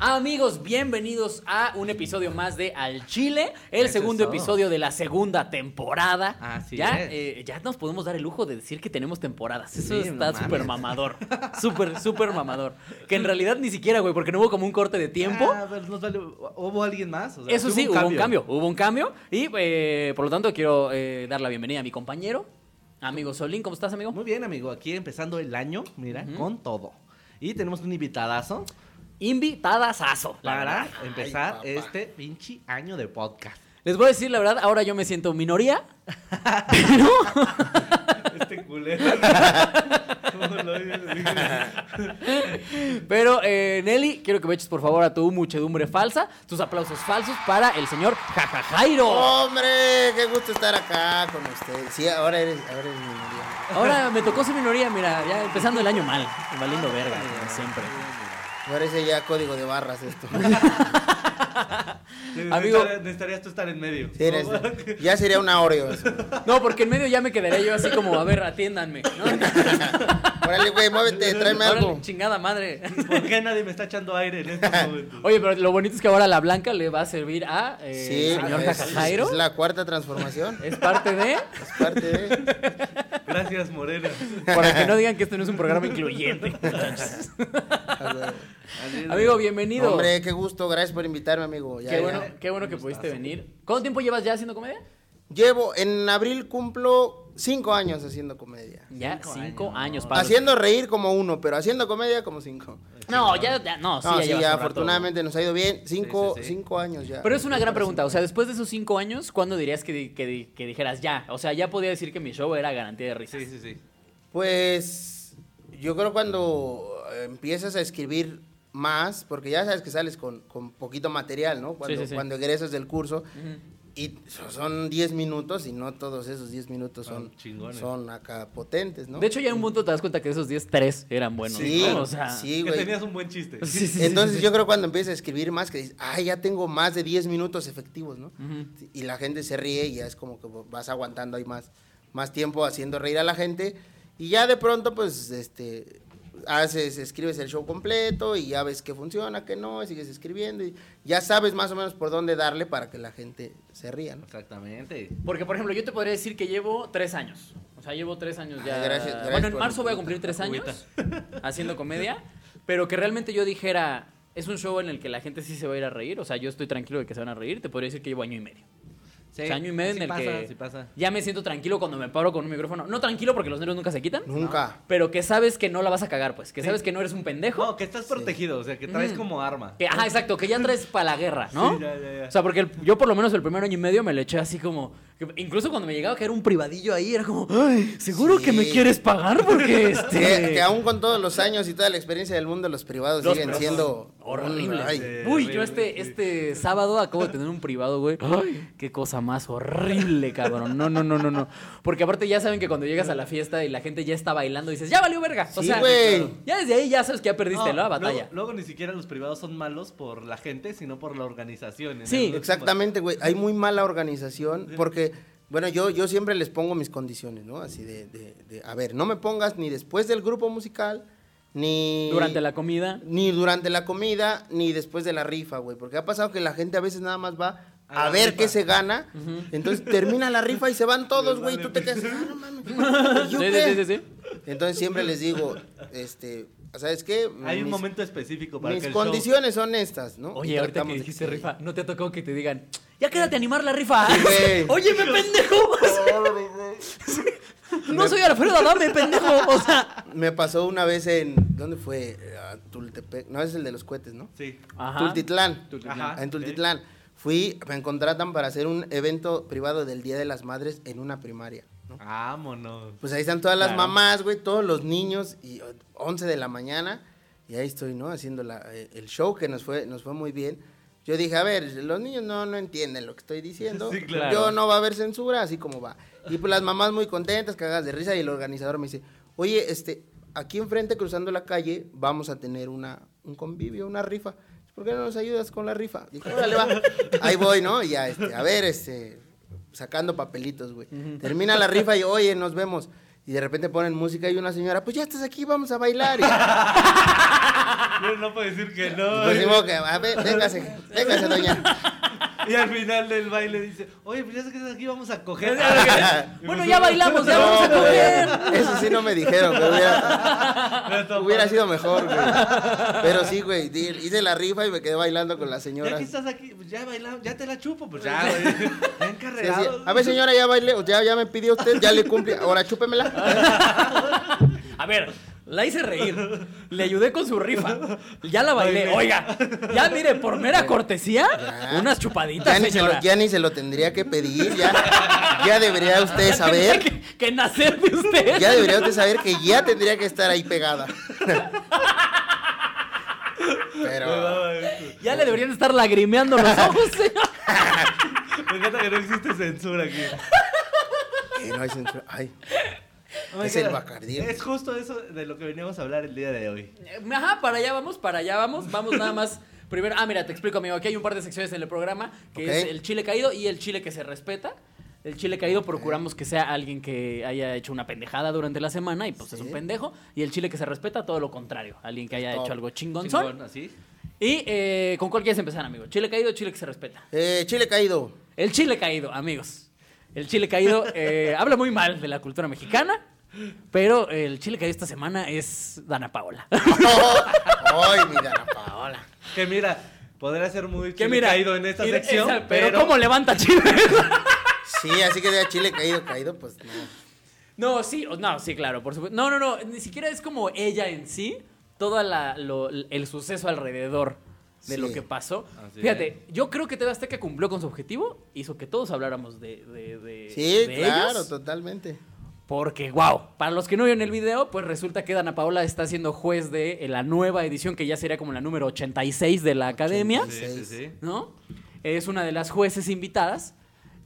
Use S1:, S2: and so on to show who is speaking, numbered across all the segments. S1: amigos, bienvenidos a un episodio más de Al Chile, el
S2: Eso
S1: segundo
S2: es todo.
S1: episodio de la segunda temporada.
S2: Así
S1: ya,
S2: es.
S1: eh, ya nos podemos dar el lujo de decir que tenemos temporadas. Eso
S2: Sí, no
S1: está
S2: mames.
S1: súper mamador. Súper, súper mamador. Que en realidad ni siquiera, güey, porque no hubo como un corte de tiempo.
S2: Ah, pero nos vale- ¿Hubo alguien más? O sea,
S1: Eso sí, hubo un cambio, hubo un cambio. Y eh, por lo tanto quiero eh, dar la bienvenida a mi compañero, amigo Solín. ¿Cómo estás, amigo?
S2: Muy bien, amigo. Aquí empezando el año, mira,
S1: Ujú.
S2: con todo. Y tenemos un invitadazo
S1: Invitada Sazo.
S2: para empezar
S3: papá.
S2: este pinche año de podcast.
S1: Les voy a decir la verdad, ahora yo me siento minoría.
S2: Este culero. ¿Cómo lo dices?
S1: Pero, eh, Nelly, quiero que me eches por favor a tu muchedumbre falsa, tus aplausos falsos para el señor Jajajairo.
S3: ¡Hombre! ¡Qué gusto estar acá con usted! Sí, ahora eres, ahora eres minoría.
S1: Ahora me tocó ser minoría, mira, ya empezando el año mal, valiendo verga, como siempre.
S3: Parece ya código de barras esto.
S1: Amigo.
S2: Necesitar- Necesitarías tú estar en medio.
S3: Sí, eres- ya sería una Oreo eso.
S1: No, porque en medio ya me quedaría yo así como, a ver, atiéndanme. ¿no?
S3: Órale, güey, muévete, tráeme algo.
S1: Órale, chingada madre.
S2: ¿Por qué nadie me está echando aire en este momento?
S1: Oye, pero lo bonito es que ahora la blanca le va a servir a eh,
S3: Sí,
S1: el señor
S3: es-
S1: Jajajairo.
S3: Es,
S1: Es,
S3: la cuarta transformación.
S1: parte de.
S3: Es parte de.
S2: Gracias, Morena.
S1: Para que no digan que este no es un programa incluyente. muchachos.
S2: Así es.
S1: Amigo, bienvenido.
S3: Hombre, qué gusto. Gracias por invitarme, amigo. Ya,
S1: qué,
S3: ya.
S1: bueno, qué bueno que pudiste venir. ¿Cuánto tiempo llevas ya haciendo comedia?
S3: Llevo, en abril cumplo cinco años haciendo comedia.
S1: Ya cinco,
S2: Cinco
S1: años,
S2: años.
S1: Pablo.
S3: Haciendo reír como uno, pero haciendo comedia como cinco.
S1: No, ya, ya- no, sí,
S3: No,
S1: ya llevas
S3: sí, ya
S1: un rato.
S3: afortunadamente nos ha ido bien. Cinco,
S2: sí, sí.
S3: cinco años ya.
S1: Pero es una gran pregunta. O sea, después de esos cinco años, ¿cuándo dirías que, di- que di- que dijeras ya? O sea, ya podía decir que mi show era garantía de risas.
S2: Sí, sí, sí.
S3: Pues yo creo cuando eh, empiezas a escribir más, porque ya sabes que sales con, con poquito material, ¿no? Cuando,
S1: Sí, sí, sí.
S3: cuando egresas del curso
S1: Ujú.
S3: y so- son 10 minutos y no todos esos 10 minutos
S2: Son
S3: son,
S2: chingones.
S3: son acá potentes, ¿no?
S1: De hecho, ya en un punto te das cuenta que de esos 10, tres eran buenos.
S3: sí,
S1: ¿no? O sea,
S3: sí,
S2: Que
S3: güey.
S2: tenías un buen chiste.
S1: sí, sí, sí,
S3: Entonces
S1: sí.
S3: yo creo cuando empiezas a escribir más que dices, ay, ya tengo más de 10 minutos efectivos, ¿no?
S1: Ujú.
S3: Sí, Y la gente se ríe y ya es como que vas aguantando ahí más, más tiempo haciendo reír a la gente. Y ya de pronto, pues, este, haces, escribes el show completo y ya ves que funciona, que no, y sigues escribiendo y ya sabes más o menos por dónde darle para que la gente se ría, ¿no?
S2: Exactamente.
S1: Porque, por ejemplo, yo te podría decir que llevo tres años. O sea, llevo tres años ya.
S3: Ay, gracias, gracias
S1: bueno, en
S3: por
S1: marzo
S3: la
S1: voy a cumplir tres años haciendo comedia, pero que realmente yo dijera, es un show en el que la gente sí se va a ir a reír. O sea, yo estoy tranquilo de que se van a reír. Te podría decir que llevo año y medio.
S2: Sí,
S1: O sea, año y medio
S2: sí
S1: en el
S2: pasa,
S1: que
S2: sí pasa.
S1: ya me siento tranquilo cuando me paro con un micrófono. No tranquilo porque los nervios nunca se quitan.
S3: Nunca.
S1: Pero que sabes que no la vas a cagar, pues. Que
S2: Sí.
S1: sabes que no eres un pendejo.
S2: No, que estás protegido, o sea, que traes como arma.
S1: Que, ajá, exacto, que ya traes para la guerra, ¿no?
S2: Sí, ya, ya, ya.
S1: O sea, porque el- yo por lo menos el primer año y medio me le eché así como... que incluso cuando me llegaba que era un privadillo ahí, era como... "Ay, ¿Seguro
S3: Sí.
S1: que me quieres pagar? Porque este...
S3: Que, que aún con todos los años y toda la experiencia del mundo, los privados
S1: Los
S3: siguen
S1: privados
S3: siendo
S1: son horribles.
S3: ay,
S2: Sí.
S1: Uy, yo
S2: horrible,
S1: este,
S2: sí.
S1: este sábado acabo de tener un privado, güey. Ay, qué cosa más horrible, cabrón. No, no, no, no, no. Porque aparte ya saben que cuando llegas a la fiesta y la gente ya está bailando, dices, ya valió verga. O
S3: Sí,
S1: sea,
S3: güey.
S1: ya desde ahí ya sabes que ya perdiste
S2: No,
S1: la batalla.
S2: Luego, luego ni siquiera los privados son malos por la gente, sino por la organización. en
S1: Sí,
S2: el-
S3: Exactamente, güey. Hay muy mala organización porque, bueno, yo, yo siempre les pongo mis condiciones, ¿no? Así de, de- de, a ver, no me pongas ni después del grupo musical, ni...
S1: Durante la comida.
S3: Ni durante la comida, ni después de la rifa, güey. Porque ha pasado que la gente a veces nada más va
S2: A
S3: a,
S2: la
S3: ver
S2: rifa.
S3: qué se gana. Entonces termina la rifa y se van todos,
S2: Les
S3: güey. Y
S2: vale
S3: tú te quedas, ah, no mames. ¿y yo
S1: Sí,
S3: qué?".
S1: sí, sí, sí.
S3: Entonces siempre les digo, este, ¿sabes qué?
S2: Hay un
S3: Mis-
S2: momento específico para
S3: mis
S2: que el show-
S3: condiciones son estas, ¿no?
S1: Oye, ahorita que
S3: Tratamos de-
S1: dijiste rifa, ¿no te tocó que te digan, ya quédate a animar la rifa?
S3: Sí, güey.
S1: Oye, me pendejo. no soy Alfredo Adame, pendejo. O sea.
S3: Me pasó una vez en. ¿Dónde fue? Eh, a Tultepec. No, es el de los cohetes, ¿no?
S2: Sí.
S3: Tultitlán.
S1: Tultitlán.
S2: Ajá,
S3: En Tultitlán. Fui, me contratan para hacer un evento privado del Día de las Madres en una primaria. ¿no?
S2: Vámonos.
S3: Pues ahí están todas las
S1: Claro.
S3: mamás, güey, todos los niños, y eh, 11 de la mañana, y ahí estoy, ¿no? Haciendo la, eh, el show que nos fue, nos fue muy bien. Yo dije, a ver, los niños no, no entienden lo que estoy diciendo.
S2: Sí, claro.
S3: Yo no va a haber censura, así como va. Y pues las mamás muy contentas, cagadas de risa, y el organizador me dice, oye, este, aquí enfrente, cruzando la calle, vamos a tener una, un convivio, una rifa. ¿Por qué no nos ayudas con la rifa? Dije, órale, va. Ahí voy, ¿no? Y ya, este, a ver, este, sacando papelitos, güey. Termina la rifa y, oye, nos vemos. y de repente ponen música y una señora, pues ya estás aquí, vamos a bailar. Y,
S2: No, no puedo decir que no.
S3: pues, ni modo que, a ver, véngase, véngase, doña.
S2: Y al final del baile dice, oye, pues ya sé que estás aquí, vamos a coger. Y
S1: Bueno,
S2: pues,
S1: ya bailamos, ya
S3: No,
S1: vamos a
S3: güey,
S1: comer.
S3: Eso sí no me dijeron, pero hubiera,
S2: Pero todo
S3: hubiera
S2: padre.
S3: sido mejor, güey. Pero sí, güey, di- hice la rifa y me quedé bailando con la
S2: Ya
S3: señora.
S2: que estás aquí, pues ya bailamos, ya te la chupo, pues ya, güey. Ya
S3: Sí, sí.
S2: encarregado.
S3: A ver, señora, ya bailé, ya, ya me pidió usted, ya le cumple, ahora chúpemela.
S1: A ver, la hice reír. Le ayudé con su rifa. Ya la bailé.
S2: Bailé.
S1: Oiga, ya mire, por mera cortesía, unas
S3: Ya
S1: chupaditas,
S3: ni, se lo,
S1: señora.
S3: ya ni se lo tendría que pedir, ya, ya debería usted
S1: Ya tenía
S3: saber.
S1: Que, que nacer de usted.
S3: Ya debería usted saber que ya tendría que estar ahí pegada. Pero.
S1: Ya le deberían estar lagrimeando los ojos, señor.
S2: Me encanta que no existe censura aquí.
S3: que eh, no hay censura. Ay. Es el Bacardí.
S2: Es justo eso de lo que veníamos a hablar el día de hoy.
S1: Eh, Ajá, para allá vamos, para allá vamos. Vamos nada más. Primero, ah, mira, te explico, amigo. Aquí hay un par de secciones en el programa, que
S3: Ok.
S1: es el chile caído y el chile que se respeta. El chile caído procuramos que sea alguien que haya hecho una pendejada durante la semana y pues es un
S3: Sí.
S1: pendejo. Y el chile que se respeta, todo lo contrario. Alguien que haya
S3: Stop.
S1: hecho algo chingonzón.
S2: Chingón, así.
S1: Y eh, con cuál quieres empezar, amigo. Chile caído, o chile que se respeta.
S3: Eh, Chile caído.
S1: El chile caído, amigos. El chile caído eh, habla muy mal de la cultura mexicana, pero el chile caído esta semana es Dana Paola.
S3: Ay, mira, la Paola.
S2: Que mira, podrá ser muy
S1: Que
S2: chile
S1: mira,
S2: caído en esta
S1: mira,
S2: sección,
S1: esa-
S2: pero,
S1: cómo levanta Chile.
S3: Sí, así que de Chile caído, caído, pues no.
S1: no, sí, o- no, sí, claro, por supuesto. No, no, no, ni siquiera es como ella en sí, todo la, lo- el suceso alrededor de
S3: Sí.
S1: lo que pasó.
S2: Así
S1: Fíjate, yo creo que TV Azteca cumplió con su objetivo, hizo que todos habláramos de, de, de-
S3: Sí,
S1: Eh, de
S3: claro,
S1: ellos.
S3: totalmente.
S1: Porque, wow, para los que no vieron el video, pues resulta que Dana Paola está siendo juez de eh, la nueva edición, que ya sería como la número 86 de la academia,
S2: Sí, sí, sí.
S1: ¿no? Es una de las jueces invitadas.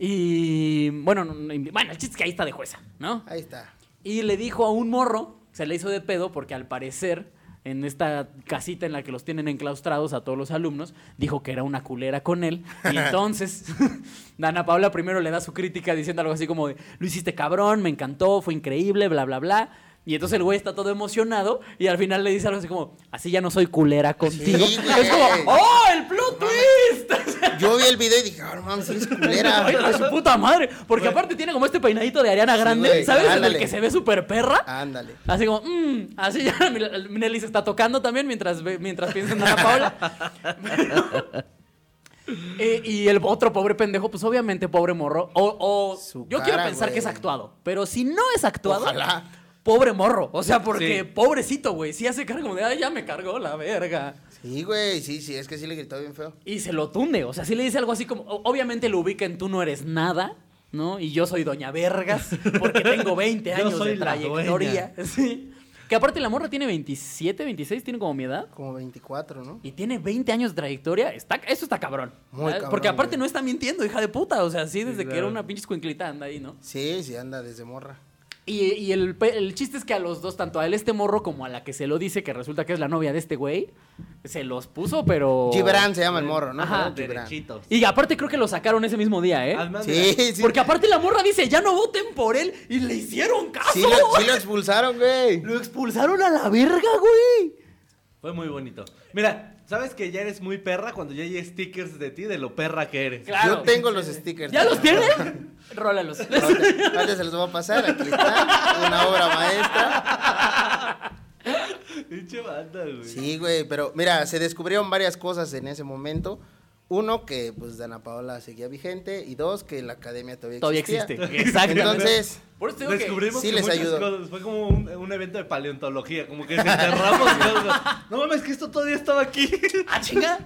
S1: Y bueno, no- no invi- bueno, el chiste es que ahí está de jueza, ¿no?
S3: Ahí está.
S1: Y le dijo a un morro, se le hizo de pedo porque al parecer en esta casita en la que los tienen enclaustrados a todos los alumnos, dijo que era una culera con él. Y entonces Dana Paula primero le da su crítica diciendo algo así como, de, lo hiciste cabrón, me encantó, fue increíble, bla, bla, bla. Y entonces el güey está todo emocionado y al final le dice algo así como, así ya no soy culera contigo.
S3: güey.
S1: es como, ¡oh, el plot twist!
S3: Yo vi el video y dije, ah, no mames, sí es culera.
S1: Ay, de su puta madre. Porque aparte tiene como este peinadito de Ariana Grande,
S3: güey,
S1: ¿sabes? En el
S3: ándale. Ah.
S1: que se ve súper perra.
S3: Ándale.
S1: Así como, mmm, así ya Mira, Nelly se está tocando también mientras, ve- mientras piensa en Dana Paola. Eh, y el otro pobre pendejo, pues obviamente pobre morro. O, o-
S3: Su
S1: yo
S3: cara,
S1: quiero pensar
S3: güey.
S1: que es actuado, pero si no es actuado,
S3: Ojalá.
S1: pobre morro. O sea, porque
S2: Sí.
S1: pobrecito, güey, sí hace cargo de, ay, ya me cargó la verga.
S3: Sí, güey, sí, sí, es que sí le gritó bien feo.
S1: Y se lo tunde, o sea, sí le dice algo así como, o- obviamente lo ubica en tú no eres nada, ¿no? Y yo soy doña Vergas, porque tengo 20
S2: Yo
S1: años de
S2: soy la
S1: trayectoria. Sí. Que aparte la morra tiene 27, 26, tiene como mi edad.
S3: Como 24, ¿no?
S1: Y tiene 20 años de trayectoria, está, eso está cabrón.
S3: Muy
S1: ¿sabes?
S3: cabrón,
S1: Porque aparte
S3: güey.
S1: no está mintiendo, hija de puta. O sea, sí, desde que
S2: claro.
S1: era una pinche escuinclita anda ahí, ¿no?
S3: Sí, sí, anda desde morra.
S1: Y, y el, pe- el chiste es que a los dos, tanto a él este morro como a la que se lo dice, que resulta que es la novia de este güey, se los puso, pero...
S3: Gibran se llama el morro, ¿no?
S1: Oh, Ajá.
S3: Gibran.
S2: Derechito.
S1: Y aparte creo que lo sacaron ese mismo día, ¿eh?
S2: Además, mira,
S3: Sí, sí.
S1: Porque aparte la morra dice, ya no voten por él. Y le hicieron caso.
S3: Sí lo, sí lo expulsaron, güey.
S1: Lo expulsaron a la verga, güey.
S2: Fue muy bonito. Mira, sabes que ya eres muy perra cuando ya hay stickers de ti, de lo perra que eres.
S1: Claro.
S3: Yo tengo los stickers.
S1: ¿Ya los tienen? Rólalos.
S3: Ahorita, ahorita se los voy a pasar, aquí está. Una obra maestra.
S2: Pinche banda, güey.
S3: Sí, güey, pero mira, se descubrieron varias cosas en ese momento. Uno, que pues Dana Paola seguía vigente. Y dos, que la academia todavía,
S1: Todavía existe.
S3: existía.
S1: Exactamente.
S3: Entonces,
S1: Por eso digo que-
S2: Descubrimos
S3: sí
S2: que
S3: les
S2: muchas
S3: ayudó.
S2: cosas. Fue como un, un evento de paleontología, como que desenterramos cosas. No mames, que esto todavía estaba aquí.
S1: ¡Ah, chinga!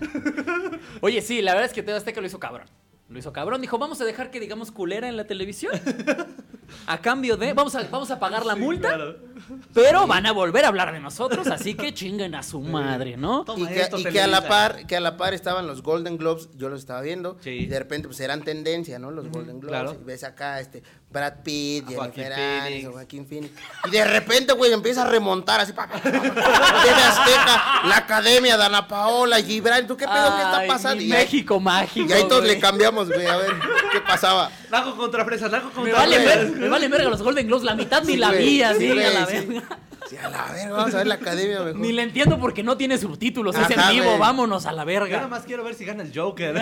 S1: Oye, sí, la verdad es que TV Azteca lo hizo cabrón. Lo hizo cabrón. Dijo, vamos a dejar que digamos culera en la televisión. A cambio de. Vamos a, vamos a pagar la
S2: Sí,
S1: multa,
S2: claro.
S1: pero van a volver a hablar de nosotros. Así que chinguen a su madre, ¿no?
S2: Toma
S3: y, que,
S2: esto,
S3: y que a la
S2: Televisa.
S3: par, que a la par estaban los Golden Globes, yo los estaba viendo,
S2: Sí.
S3: y de repente pues eran tendencia, ¿no? Los Golden Globes.
S2: claro.
S3: Y ves acá este Brad Pitt,
S2: A Joaquín
S3: Jennifer Aniston,
S2: Phoenix.
S3: Joaquín Phoenix. Y de repente, güey, empieza a remontar así. pa, pa, pa, pa. TV Azteca, la Academia, Dana Paola, Gibran. ¿Tú qué pedo que está
S1: Ay,
S3: pasando?
S1: mi
S3: Y ahí-
S1: México mágico.
S3: Y ahí todos
S1: güey.
S3: le cambiamos, güey, a ver qué pasaba.
S2: Naco contra fresa, Naco
S1: Me
S2: contra
S1: vale,
S3: vale,
S2: fresas.
S1: ver, me vale verga los Golden Globes, la mitad ni
S3: Sí,
S1: la
S3: güey,
S1: vi así,
S3: sí, güey,
S1: a la
S3: sí.
S1: verga.
S3: Sí, a la verga, vamos a ver la academia mejor.
S1: Ni le entiendo porque no tiene subtítulos, es
S3: Ajá,
S1: en vivo,
S3: güey.
S1: vámonos a la
S2: Yo nada
S1: verga.
S2: más quiero ver si gana el Joker.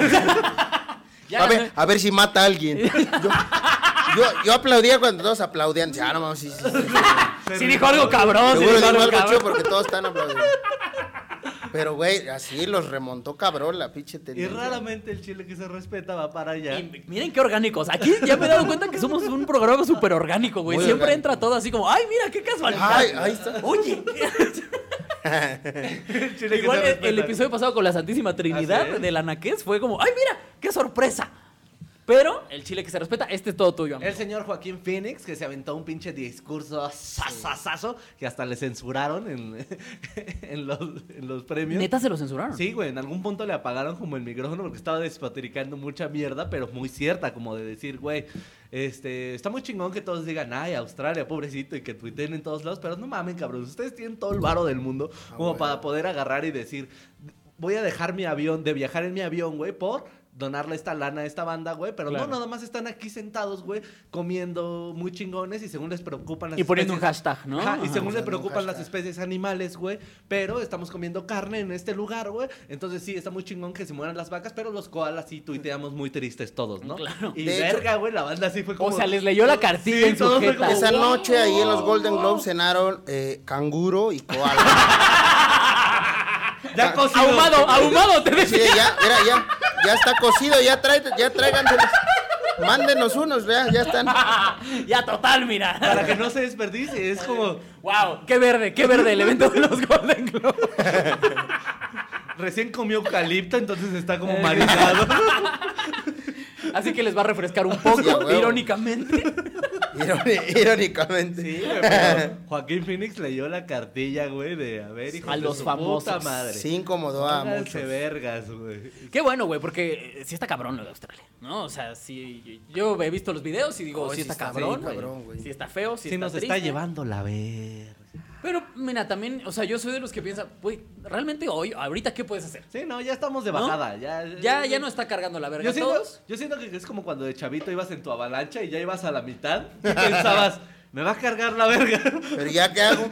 S1: Ya
S3: a,
S1: no-
S3: ver, a ver si mata a alguien. Yo, yo, yo aplaudía cuando todos aplaudían. Ya, no mames, sí, sí, sí.
S1: sí dijo algo cabrón, sí dijo
S3: Seguro dijo
S1: algo
S3: algo chido
S1: cabrón.
S3: porque todos están aplaudiendo. Pero, güey, así los remontó cabrón la pinche
S2: Y
S3: tendencia.
S2: raramente el chile que se respeta va para allá.
S1: Y miren qué orgánicos. Aquí ya me he dado cuenta que somos un programa súper orgánico, güey.
S3: Muy
S1: Siempre
S3: orgánico.
S1: entra todo así como, ay, mira, qué casualidad.
S3: Ay, ahí está.
S1: Oye,
S2: El chile que
S1: igual
S2: se
S1: el, el
S2: respeta.
S1: episodio pasado con la Santísima
S2: Así
S1: Trinidad
S2: es.
S1: del Anaqués fue como, ay, mira, qué sorpresa. Pero el chile que se respeta, este es todo tuyo, amigo.
S2: El señor Joaquín Phoenix, que se aventó un pinche discurso sasasazo, que hasta le censuraron en, en los, en los premios.
S1: Neta se lo censuraron.
S2: Sí, güey, en algún punto le apagaron como el micrófono porque estaba despatricando mucha mierda, pero muy cierta, como de decir, güey, este, está muy chingón que todos digan, ay, Australia, pobrecito, y que tuiteen en todos lados, pero no mamen, cabrón, ustedes tienen todo el varo del mundo
S3: Ah,
S2: como
S3: güey.
S2: para poder agarrar y decir, voy a dejar mi avión, de viajar en mi avión, güey, por donarle esta lana a esta banda, güey, pero
S1: Claro.
S2: no, nada más están aquí sentados, güey, comiendo muy chingones y según les preocupan las
S1: Y poniendo un
S2: especies-
S1: hashtag, ¿no?
S2: Ajá, y
S1: Ajá.
S2: según le
S3: usando un
S2: preocupan las
S3: hashtag.
S2: especies animales, güey, pero estamos comiendo carne en este lugar, güey. Entonces sí, está muy chingón que se mueran las vacas, pero los koalas sí tuiteamos muy tristes todos, ¿no?
S1: Claro.
S2: Y
S3: De hecho-
S2: verga, güey, la banda sí fue
S1: O
S2: como...
S1: sea, les leyó la cartilla
S2: Sí,
S1: en su
S2: todos fue
S1: jeta.
S2: como,
S3: Esa
S2: Wow.
S3: noche ahí en los Golden Globes cenaron eh, canguro y koala.
S2: Ya cocido.
S1: Ahumado, ahumado, te
S3: Sí,
S1: decía.
S3: ya, mira, ya, ya está cocido, ya, trae, ya tráiganselos. Mándenos unos, ya, ya están.
S1: ya, total, mira.
S2: Para que no se desperdicie, es como...
S1: Wow, qué verde, qué verde el evento de los Golden Globes.
S2: Recién comió eucalipto, entonces está
S1: Eh.
S2: como marinado.
S1: Así que les va a refrescar un poco,
S3: Sí, a huevo.
S1: irónicamente.
S3: Irón- Irónicamente.
S2: Sí, güey, pero Joaquín Phoenix leyó la cartilla, güey, de a ver, hijo
S1: A
S2: de
S1: los
S2: su puta
S1: famosos.
S2: madre.
S3: Sí incomodó a
S2: Háganse
S3: muchos.
S2: vergas, güey.
S1: Qué bueno, güey, porque eh, sí está cabrón lo de Australia, ¿no? O sea, sí, yo he visto los videos y digo,
S3: Oh,
S1: sí,
S3: sí
S1: está,
S3: está- sí,
S1: cabrón,
S3: cabrón,
S1: güey.
S3: güey.
S1: Sí está feo, sí,
S2: Sí
S1: está
S2: nos
S1: triste.
S2: está llevando la verga.
S1: Pero, mira, también, o sea, yo soy de los que piensa, güey, realmente hoy, ahorita, ¿qué puedes hacer?
S2: Sí, no, ya estamos de
S1: ¿No?
S2: bajada. Ya,
S1: Ya, ya no está cargando la verga
S2: Yo
S1: a
S2: siento,
S1: todos.
S2: yo siento que es como cuando de chavito ibas en tu avalancha y ya ibas a la mitad y pensabas, me va a cargar la verga.
S3: Pero ya, ¿qué hago?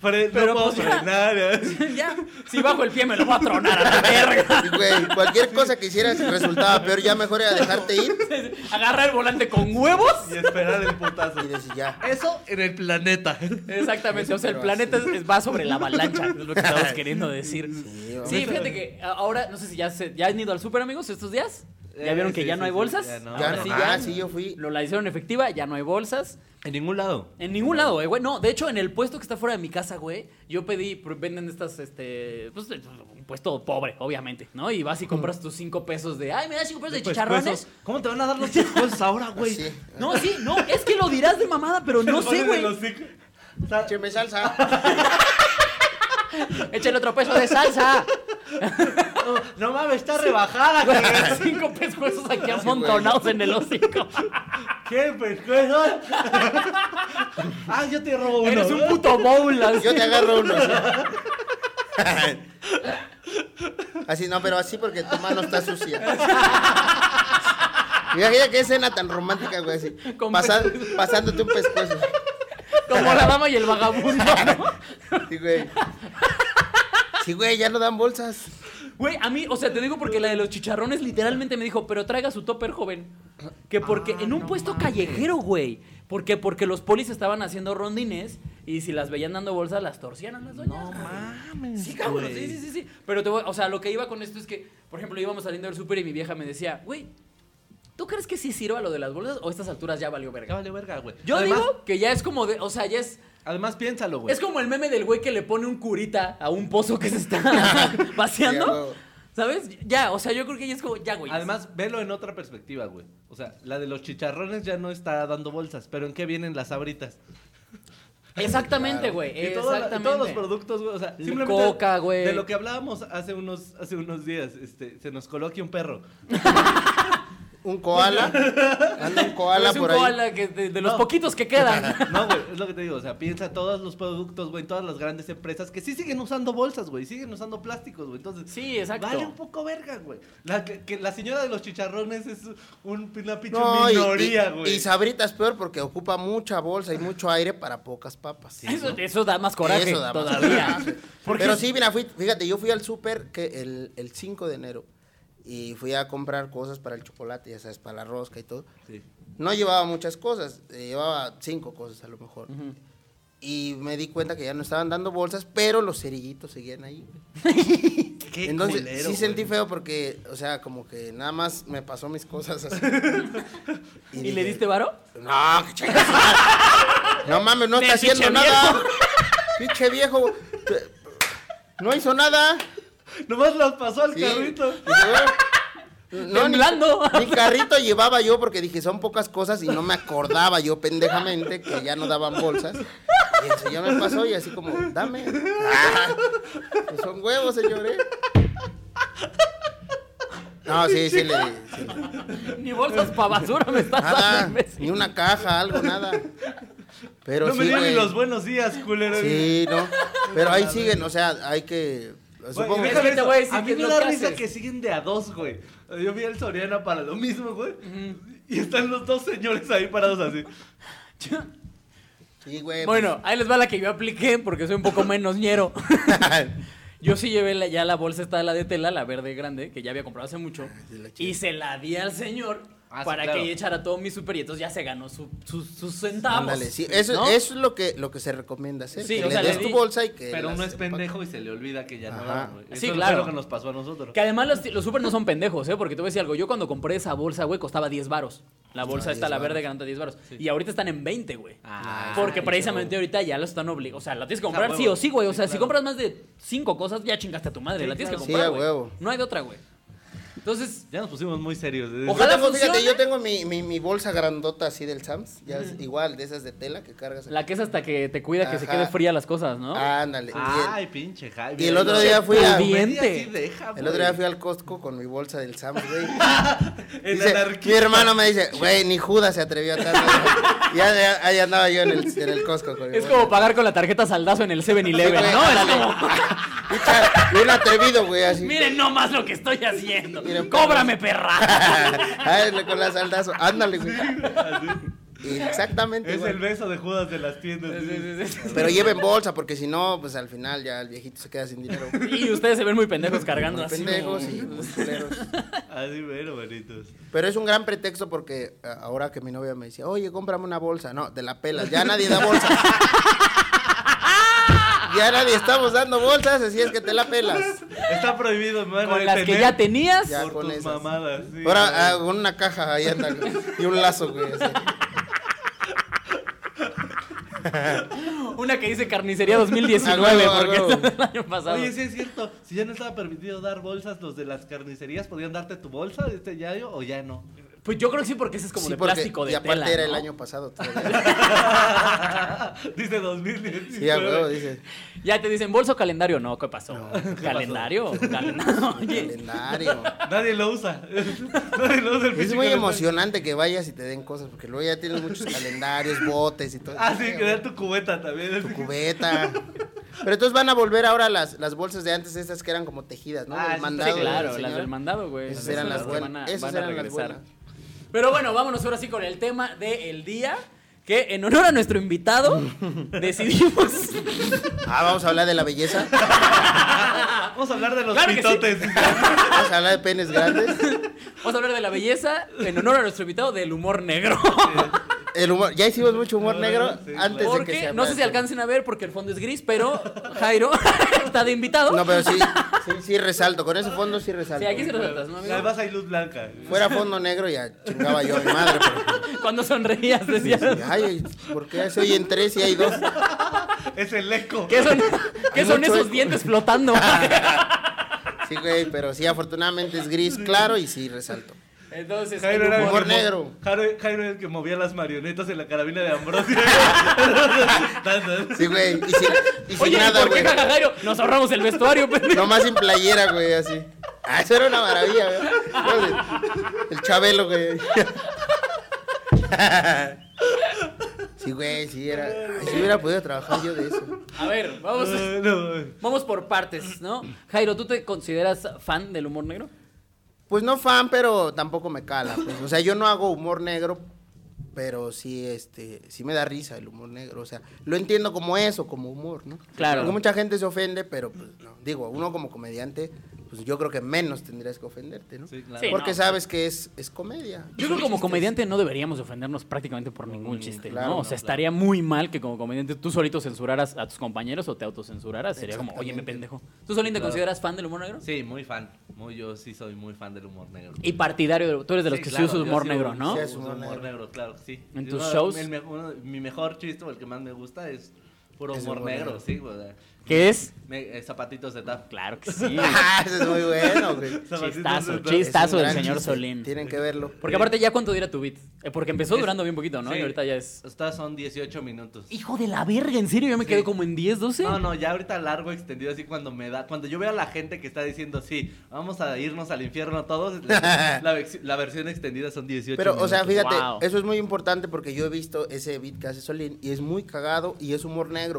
S2: Fre-
S1: Pero,
S2: no puedo
S1: pues, ya.
S2: frenar. ¿eh?
S1: ya, si bajo el pie me lo voy a tronar a la verga.
S3: Y, güey, cualquier cosa que hicieras resultaba peor, ya mejor era dejarte ir
S1: Agarrar el volante con huevos.
S2: Y esperar el putazo.
S3: y decir ya.
S2: Eso en el planeta.
S1: Exactamente, o sea, el
S3: Pero
S1: planeta es- va sobre la avalancha, es lo que estamos queriendo decir.
S3: Sí, vamos.
S1: Sí, fíjate que a- ahora, no sé si ya, se- ya han ido al super amigos estos días. ¿Ya
S2: Eh,
S1: vieron que
S2: sí,
S1: ya no
S2: sí,
S1: hay
S2: sí,
S1: bolsas?
S2: ya no.
S1: Ahora
S3: Ya,
S1: sí,
S3: no,
S1: ya.
S3: ah, sí, yo fui.
S1: Lo la hicieron efectiva, ya no hay bolsas.
S2: En ningún lado.
S1: En ningún lado, eh, güey. No, de hecho, en el puesto que está fuera de mi casa, güey, yo pedí, pr- venden estas, este, pues, eh, un puesto pobre, obviamente, ¿no? Y vas y compras tus cinco pesos de, ay, me das cinco pesos de
S2: Pues,
S1: chicharrones.
S2: pesos. ¿Cómo te van a dar los chicos ahora, güey?
S3: Sí.
S1: No, sí, no, es que lo dirás de mamada, pero no sé, güey.
S3: Écheme salsa.
S1: Échale otro peso de salsa.
S2: No, no mames, está rebajada.
S1: Güey,
S2: cabrón.
S1: cinco pesos aquí amontonados en el hocico.
S2: ¿Qué pescuezo? ah, yo te robo uno.
S1: Eres un puto bowl. así.
S3: Yo te agarro uno. sí. Así, no, pero así porque tu mano está sucia. Mira, qué escena tan romántica, güey, así.
S1: Con
S3: pasa- pasándote un pescuezo.
S1: Como la dama y el vagabundo. ¿no?
S3: Sí, güey. Sí, güey, ya no dan bolsas.
S1: Güey, a mí, o sea, te digo porque la de los chicharrones literalmente me dijo, pero traiga su topper, joven. Que porque en un puesto callejero, güey. Porque, porque los polis estaban haciendo rondines y si las veían dando bolsas, las torcían a las doñas. No mames. Sí, cabrón. Sí, sí, sí, sí. Pero te voy, o sea, lo que iba con esto es que, por ejemplo, íbamos saliendo del súper y mi vieja me decía, güey, ¿tú crees que sí sirva lo de las bolsas o a estas alturas ya valió
S2: Ya
S1: verga?
S2: valió verga, güey.
S1: Yo
S2: Además-
S1: digo que ya es como de, o sea, ya es.
S2: Además, piénsalo, güey.
S1: Es como el meme del güey que le pone un curita a un pozo que se está
S3: Ya,
S1: vaciando.
S3: güey.
S1: ¿Sabes? Ya, o sea, yo creo que ya es como, ya, güey.
S2: Además, velo en otra perspectiva, güey. O sea, la de los chicharrones ya no está dando bolsas, pero ¿en qué vienen las abritas?
S1: Exactamente,
S3: Claro.
S1: güey.
S2: Y, todo la- y
S1: Exactamente.
S2: todos los productos, güey. O sea,
S1: La
S2: simplemente.
S1: coca, güey.
S2: De lo que hablábamos hace unos, hace unos días, este, se nos coló aquí un perro.
S3: un koala. Anda un koala
S1: es un
S3: por ahí.
S1: koala que de, de los
S2: No.
S1: poquitos que quedan.
S2: No, güey, es lo que te digo. O sea, piensa todos los productos, güey, todas las grandes empresas que sí siguen usando bolsas, güey, siguen usando plásticos, güey. Entonces,
S1: Sí, exacto.
S2: vale un poco verga, güey. La, que, que la señora de los chicharrones es un, una pinche
S3: No, y-
S2: minoría,
S3: y,
S2: güey.
S3: y Sabrita es peor porque ocupa mucha bolsa y mucho aire para pocas papas.
S1: eso, eso da más coraje
S3: Eso da más
S1: todavía.
S3: coraje.
S1: Porque
S3: Pero sí, mira, fui- fíjate, yo fui al súper que el, el 5 de enero y fui a comprar cosas para el chocolate, ya sabes, para la rosca y todo.
S2: Sí.
S3: No llevaba muchas cosas, eh, llevaba cinco cosas a lo mejor. Y me di cuenta que ya no estaban dando bolsas, pero los cerillitos seguían ahí. güey.
S2: Qué
S3: Entonces,
S2: culero,
S3: sí
S2: güey.
S3: sentí feo porque, o sea, como que nada más me pasó mis cosas así.
S1: ¿Y
S3: dije,
S1: le diste varo?
S3: No, que chingas su madre. No mames, no
S1: Te
S3: está haciendo
S1: pinche
S3: nada. Pinche viejo. Te- No hizo nada.
S2: Nomás las pasó al
S3: Sí.
S2: carrito.
S3: Dije, "Bueno". ni-
S1: Temblando.
S3: Ni, carrito llevaba yo porque dije, son pocas cosas y no me acordaba yo pendejamente que ya no daban bolsas. Y el señor me pasó y así como, dame. Ah, pues son huevos, señor, ¿eh? No, sí, sí le sí le-
S1: Ni bolsas para basura me estás dando,
S3: Nada,
S1: imbécil.
S3: ni una caja, algo, nada. Pero
S2: no
S3: sí,
S2: me dio ni
S3: güey.
S2: los buenos días, culero.
S3: Sí, no. Pero ahí siguen, o sea, hay que. Supongo
S1: es
S2: Güey,
S3: que.
S1: que
S2: déjame
S1: te
S2: eso.
S1: voy a decir
S2: a
S1: qué
S2: mí
S1: es
S2: me
S1: lo
S2: da
S1: que
S2: risa
S1: haces.
S2: que siguen de a dos, güey. Yo vi el Soriana para lo mismo, güey. Y están los dos señores ahí parados así.
S3: Sí, güey.
S1: Bueno, ahí les va la que yo apliqué porque soy un poco menos ñero. Yo sí llevé la- ya la bolsa esta de la de tela, la verde grande, que ya había comprado hace mucho.
S3: Ah, sí, la chida.
S1: Y se la di al señor
S2: Ah, sí,
S1: para
S2: claro.
S1: que echara todo mi super y entonces ya se ganó su- su- sus centavos.
S3: Ándale, sí, eso,
S1: ¿no?
S3: eso es lo que, lo que se recomienda hacer.
S1: Sí,
S3: que
S1: o
S3: le
S1: sea, le
S3: des tu
S1: di-
S3: bolsa y que.
S2: Pero
S3: las
S2: uno es
S3: empaques.
S2: pendejo y se le olvida que ya no
S3: Ajá.
S2: van, güey.
S1: Sí,
S2: Eso
S1: claro.
S2: Es lo que nos pasó a nosotros.
S1: Que además los, los super no son pendejos, ¿eh? Porque te voy a decir algo. Yo cuando compré esa bolsa, güey, costaba 10 varos. La bolsa
S3: Ah,
S1: esta,
S3: 10
S1: la verde,
S3: varos.
S1: grande, 10 varos. Y ahorita están en 20, güey.
S2: Ah,
S1: Porque
S2: claro.
S1: precisamente ahorita ya lo están obligando. O sea, la tienes que
S2: O sea,
S1: comprar sí
S2: huevo.
S1: o sí, güey. O
S2: Sí,
S1: sea, si
S2: claro.
S1: compras más de 5 cosas, ya chingaste a tu madre.
S2: Sí,
S1: la tienes
S2: claro.
S1: que
S3: Sí,
S1: comprar,
S3: a
S1: güey.
S3: huevo.
S1: no hay de otra, güey. Entonces,
S2: Ya nos pusimos muy serios.
S1: Ojalá.
S3: Pues Yo tengo, fíjate,
S1: funcione.
S3: yo tengo mi, mi, mi bolsa grandota así del Sams, ya es igual, de esas de tela que cargas.
S1: la que es hasta que te cuida que se
S3: Ajá. Ah,
S1: quede fría las cosas, ¿no?
S3: Ándale. y el-
S2: Ay, pinche Javi.
S3: Y el otro día fui a-
S1: Pudiente.
S3: el, otro día fui al Costco con mi bolsa del Sams, güey.
S2: El
S3: Dice, mi
S2: anarquista.
S3: hermano me dice, güey, ni Judas se atrevió a tanto. ya, ya- ahí andaba yo en el, en el Costco con mi
S1: Es
S3: bolsa.
S1: como pagar con la tarjeta saldazo en el 7-Eleven,
S3: Sí, güey, Ah,
S1: ¿no? Era
S3: ándale.
S1: como,
S3: Pucha, bien atrevido, güey, así.
S1: miren nomás lo que estoy haciendo.
S3: Miren, perros.
S1: Cóbrame, perra.
S3: Ay, le- con la saldazo. Ándale, güey. Exactamente.
S2: Es
S3: igual.
S2: el beso de Judas de las tiendas.
S1: Sí, sí, sí, sí.
S3: Pero lleven bolsa, porque si no, pues al final ya el viejito se queda sin dinero.
S1: Y ustedes se ven muy pendejos cargando
S3: Muy
S1: así.
S3: pendejos
S1: como-
S3: y muy culeros.
S2: Así, Ah, bueno, manitos.
S3: Pero es un gran pretexto porque a- ahora que mi novia me decía, oye, cómprame una bolsa. No, te la pelas. Ya nadie da bolsas. Ya nadie estamos dando bolsas, así es que te la pelas.
S2: Está prohibido, hermano.
S1: Con las que ya tenías.
S3: Ya
S2: Por
S3: con
S2: tus
S3: esas.
S2: mamadas. sí, güey.
S3: Ahora, ah, con una caja ahí anda, güey, y un lazo, güey. así.
S1: Una que dice carnicería
S3: A
S1: 2019,
S3: huevo, a
S1: porque
S3: huevo.
S1: es del año pasado.
S2: Oye, sí es cierto. Si ya no estaba permitido dar bolsas, los de las carnicerías podían darte tu bolsa de este diario o ya no.
S1: Pues yo creo que sí, porque ese es como
S3: Sí,
S1: de
S3: porque-
S1: plástico de
S3: Y aparte
S1: tela,
S3: era el
S1: ¿no?
S3: año pasado todavía.
S2: Dice 2019.
S3: Sí, a huevo, dice.
S1: Ya te dicen bolso o calendario. No, ¿qué pasó? ¿Calendario? Calen- Oye,
S3: Calendario.
S2: Nadie lo usa. Nadie lo usa el pinche
S3: Es muy
S2: calendario.
S3: emocionante que vayas y te den cosas, porque luego ya tienes muchos calendarios, botes y todo.
S2: Ah, sí, que da tu cubeta también.
S3: Tu cubeta. Pero entonces van a volver ahora las, las bolsas de antes, estas que eran como tejidas, ¿no?
S2: Ah,
S3: Del
S2: sí,
S3: mandado
S1: Sí,
S3: del
S1: claro,
S3: señor.
S1: las del mandado, güey.
S3: Esas eran las
S1: que
S3: buenas.
S1: van a-
S3: Esas
S1: van a
S3: eran las
S1: regresar.
S3: buenas.
S1: Pero bueno, vámonos ahora sí con el tema del día. Que en honor a nuestro invitado, decidimos.
S3: Ah, vamos a hablar de la belleza.
S2: Vamos a hablar de los
S1: Claro que sí.
S2: pitotes.
S3: Vamos a hablar de penes grandes.
S1: Vamos a hablar de la belleza en honor a nuestro invitado del humor negro.
S3: El humor. Ya hicimos mucho humor
S2: No, no,
S3: negro
S2: sí, claro.
S3: antes de que
S1: Porque
S3: se
S1: no sé si
S3: hablara.
S1: alcancen a ver porque el fondo es gris, pero Jairo está de invitado.
S3: No, pero sí, sí, sí resalto. Con ese fondo sí resalto.
S1: Sí, aquí se resaltas, ¿no, amigo?
S2: Además hay luz blanca.
S3: Fuera fondo negro ya chingaba yo a mi madre. pero-
S1: Cuando sonreías decías
S3: Ay, ¿por qué se oyen tres y hay dos?
S2: Es el eco.
S1: ¿Qué son, qué
S3: Hay
S1: son
S3: mucho
S1: esos
S3: eco.
S1: dientes flotando?
S3: Sí, güey, pero sí, afortunadamente es gris claro y sí resalto.
S1: Entonces,
S2: Jairo
S1: el
S2: era el
S1: humor-
S2: que
S3: humor
S2: mo-
S3: negro.
S2: Jairo, Jairo era el que movía las marionetas en la carabina de Ambrosio.
S3: Sí, güey. Y sin, y sin
S1: Oye, ¿y
S3: nada,
S1: ¿por qué
S3: güey.
S1: jaja, Jairo? Nos ahorramos el vestuario, pues? pendejo.
S3: Nomás sin playera, güey, así. Ah, eso era una maravilla, güey. El chabelo, güey. Sí, güey, sí era. Ay, si hubiera podido trabajar yo de eso.
S1: A ver, vamos,
S2: Ah, no.
S1: vamos por partes, ¿no? Jairo, ¿tú te consideras fan del humor negro?
S3: Pues no fan, pero tampoco me cala. pues. O sea, yo no hago humor negro, pero sí, este, sí me da risa el humor negro. O sea, lo entiendo como eso, como humor, ¿no?
S1: Claro.
S3: Porque mucha gente se ofende, pero pues no. Digo, uno como comediante, pues yo creo que menos tendrías que ofenderte, ¿no?
S2: Sí, claro.
S1: Sí.
S3: Porque
S1: no.
S3: sabes que es, es comedia.
S1: Yo creo que como comediante no deberíamos ofendernos prácticamente por ningún
S2: Mm,
S1: chiste,
S3: claro,
S1: ¿no? O
S3: no,
S1: sea, estaría muy mal que como comediante tú solito censuraras a tus compañeros o te autocensuraras. Sería como, oye, me
S3: Exactamente.
S1: pendejo. ¿Tú solín te
S2: Claro.
S1: consideras fan del humor negro?
S2: Sí, muy fan. Muy, yo sí soy muy fan del humor negro.
S1: Y partidario, de- tú eres de los
S2: Sí,
S1: que
S2: claro,
S1: sí
S2: yo
S1: usas humor
S2: sí
S1: negro,
S2: uso
S1: ¿no?
S3: Sí, es
S2: uso
S3: humor
S2: humor negro.
S3: negro.
S2: claro, sí.
S1: ¿En
S2: Yo,
S1: tus
S2: no,
S1: shows?
S2: el me- uno- mi mejor chiste o el que más me gusta es puro
S3: Es
S2: humor,
S3: humor
S2: negro,
S3: negro.
S2: sí. o sea,
S1: ¿Qué es?
S2: me- eh, zapatitos de tap.
S1: Claro que sí.
S3: Ah, eso es muy bueno, güey. Es
S2: Zapatitos
S1: Chistazo,
S2: de tap.
S3: un
S1: chis- Chistazo del
S3: gran
S1: señor
S3: chiste.
S1: Solín.
S3: Tienen que verlo.
S1: Porque aparte, ¿ya cuánto dura tu beat? Eh, Porque empezó
S2: Es-
S1: durando bien poquito, ¿no?
S2: sí.
S1: Y ahorita ya es...
S2: Estas son 18 minutos.
S1: Hijo de la verga, ¿en serio? Yo me
S2: Sí.
S1: quedé como en 10, 12.
S2: No, no, ya ahorita largo, extendido, así cuando me da, cuando yo veo a la gente que está diciendo, sí, vamos a irnos al infierno todos, la, la vex- la versión extendida son 18
S3: Pero, o sea,
S2: minutos.
S3: fíjate,
S1: Wow.
S3: eso es muy importante porque yo he visto ese beat que hace Solín y es muy cagado y es humor negro.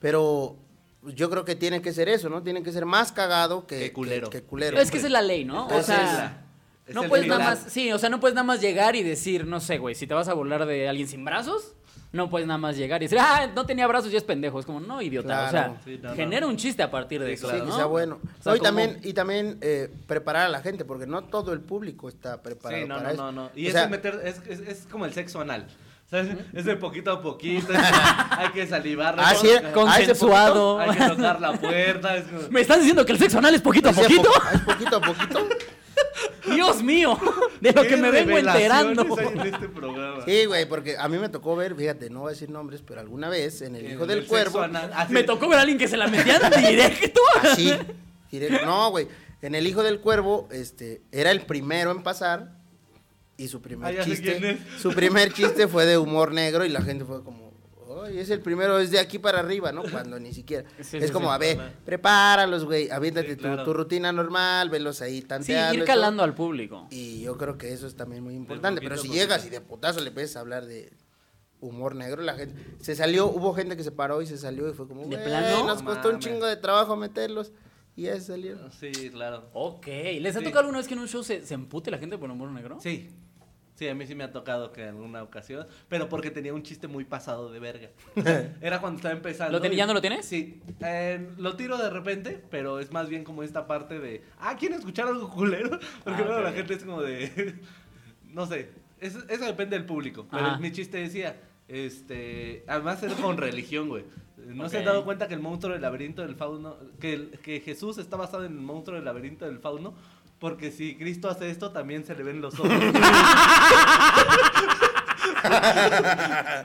S3: Pero pues, yo creo que tiene que ser eso, ¿no? Tiene que ser más cagado que,
S2: Que culero.
S3: que- que culero.
S1: Es que esa es la ley, ¿no? O
S3: Entonces,
S1: sea...
S2: Es
S1: No
S2: el
S1: puedes nada
S2: pilar.
S1: más, sí, o sea, no puedes nada más llegar y decir, no sé, güey, si te vas a burlar de alguien sin brazos, no puedes nada más llegar y decir, ah, no tenía brazos y es pendejo. Es como, no, idiota. O
S3: Claro.
S1: sea,
S2: Sí, no, no.
S1: genera un chiste a partir de
S2: Sí,
S1: eso.
S2: claro.
S3: Sí,
S1: ¿no?
S3: que sea bueno.
S1: O sea,
S3: No, y
S1: como-
S3: también, y también eh, preparar a la gente, porque no todo el público está preparado
S2: Sí, no,
S3: para
S2: no,
S3: eso.
S2: no, no. Y
S3: O
S2: eso
S3: sea,
S2: es meter, es, es, es como el sexo anal. ¿Sabes? Es de poquito a poquito. es como, hay que salivar.
S3: Ah, sí,
S2: hay que-
S3: con- Ah, ese
S1: Consensuado.
S2: Hay que tocar la puerta. Es como,
S1: ¿Me estás diciendo que el sexo anal es poquito a
S3: es de
S1: poquito?
S3: po- es poquito a poquito.
S1: Dios mío, de lo que me
S2: ¿Qué
S1: vengo
S2: revelaciones
S1: enterando.
S2: hay en este programa?
S3: Sí, güey, porque a mí me tocó ver, fíjate, no voy a decir nombres, pero alguna vez en El
S2: En
S3: Hijo
S2: el
S3: del
S2: Eh, sexo
S3: Cuervo.
S2: anal, Ah, así-
S1: Me tocó ver a alguien que se la metían directo.
S3: Así. directo. No, güey. En El Hijo del Cuervo, este, era el primero en pasar. Y su
S2: Ah,
S3: primer
S2: ya sé quién
S3: chiste.
S2: es.
S3: Su primer chiste fue de humor negro y la gente fue como. Ay, es el primero, es de aquí para arriba, ¿no? Cuando ni siquiera.
S1: Sí,
S3: es
S1: sí,
S3: como,
S1: sí.
S3: a ver, prepáralos, güey, aviéntate
S2: Sí,
S3: tu-
S2: claro.
S3: tu, rutina normal, velos ahí
S1: Sí,
S3: tanteando.
S1: ir
S3: y
S1: calando
S3: todo.
S1: al público.
S3: Y yo creo que eso es también muy importante.
S2: poquito
S3: Pero
S2: a
S3: si
S2: poquito.
S3: llegas y de putazo le empiezas a hablar de humor negro, la gente se salió, hubo gente que se paró y se salió y fue como,
S1: ¿De
S3: "Güey,
S1: plano?
S3: nos
S2: No
S3: costó un
S2: mames.
S3: chingo de trabajo meterlos y ya se salieron.
S2: Sí, claro.
S1: Ok, ¿les ha
S2: Sí.
S1: tocado alguna vez que en un show se, se empute la gente por humor negro?
S2: Sí. Sí, a mí sí me ha tocado que en alguna ocasión, pero porque tenía un chiste muy pasado de verga. O sea, Era cuando estaba empezando.
S1: ¿Lo ten-
S2: y-
S1: ya no lo tienes?
S2: Sí. Eh, lo tiro de repente, pero es más bien como esta parte de, ah, ¿quieren escuchar algo culero? Porque
S1: Ah,
S2: luego la
S1: ok.
S2: gente es como de, no sé, Es- eso depende del público. Pero
S1: Ajá.
S2: mi chiste decía, este, además era con religión, güey. ¿No se han
S1: Ok.
S2: dado cuenta que el monstruo del laberinto del fauno, que, el- que Jesús está basado en el monstruo del laberinto del fauno? Porque si Cristo hace esto, también se le ven los ojos. Ah,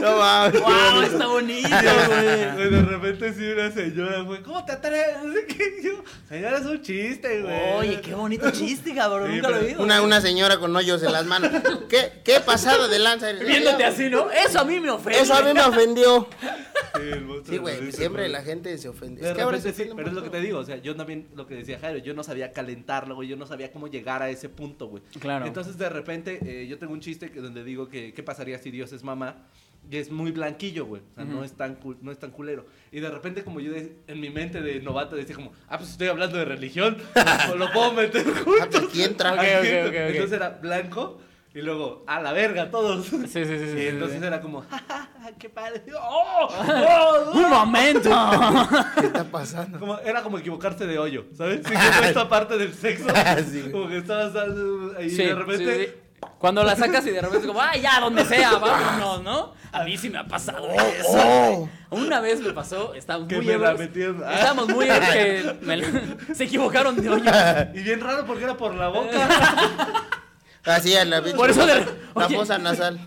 S3: no mames.
S1: ¡Wow! Está bonito, güey.
S2: Güey, de repente sí una señora, güey, ¿cómo te atreves? No sé qué, yo, señora, es un chiste, güey.
S1: Oye, qué bonito chiste, cabrón.
S2: Sí,
S1: Nunca lo
S2: pero-
S1: vi. güey.
S3: Una, una señora con hoyos en las manos. ¿Qué, qué pasada de lanza? eres?
S1: Viéndote así, ¿no? Eso a mí me ofende.
S3: Eso a mí me ofendió.
S2: Sí, el monstruo
S3: Sí, güey,
S2: dice,
S3: siempre
S2: güey.
S3: la gente se ofende.
S2: De
S3: Es que ahora se
S2: repente sí,
S3: ofenden
S2: pero es lo que
S3: mucho.
S2: te digo, o sea, yo también, lo que decía Jairo, yo no sabía calentarlo, güey, yo no sabía cómo llegar a ese punto, güey.
S1: Claro.
S2: Entonces, de repente, eh, yo tengo un chiste que, donde digo que, ¿qué pasaría si Dios es mamá? Y es muy blanquillo, güey, o sea, no, es tan cul- no es tan culero. Y de repente, como yo de- en mi mente de novato decía como, ah, pues estoy hablando de religión, o lo puedo meter junto.
S3: Ah, pues, aquí entra.
S1: Ok, ok, ok, ok.
S2: Entonces era blanco y luego, a la verga, todos.
S1: Sí, sí, sí. sí, sí,
S2: Y entonces
S1: sí.
S2: era como, "Ja, ja, ja, qué padre. ¡Oh! ¡Oh!
S1: ¡Un momento!
S3: ¿Qué está pasando?
S2: Como- era como equivocarse de hoyo, ¿sabes? Sí, como esta parte del sexo.
S3: Sí, güey.
S2: como que estabas dando- ahí
S1: Sí,
S2: de repente.
S1: sí, sí. Cuando la sacas y de repente es como, ¡ay, ya, donde sea, vámonos, ¿no? A mí sí me ha pasado eso.
S3: oh.
S1: güey. Una vez me pasó, estábamos
S2: Que
S1: muy
S2: me la
S1: ebrios.
S2: metieron. Ah.
S1: Estábamos muy ebrios que me la- se equivocaron de hoyo.
S2: Y bien raro porque era por la boca.
S3: Así es Ah, la pinche-
S1: Por eso de-
S3: La
S1: oye.
S3: fosa nasal.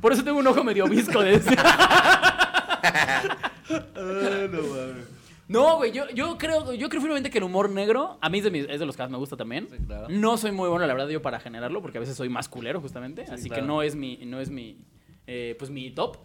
S1: Por eso tengo un ojo medio visco de ese.
S2: Ah, no mames.
S1: No, güey, yo, yo creo, yo creo firmemente que el humor negro, a mí es de, mis- es de los que más me gusta también.
S2: Sí, claro.
S1: No soy muy bueno, la verdad, yo para generarlo, porque a veces soy más culero, justamente. así
S2: claro.
S1: que no es mi, no es mi, eh, pues mi top.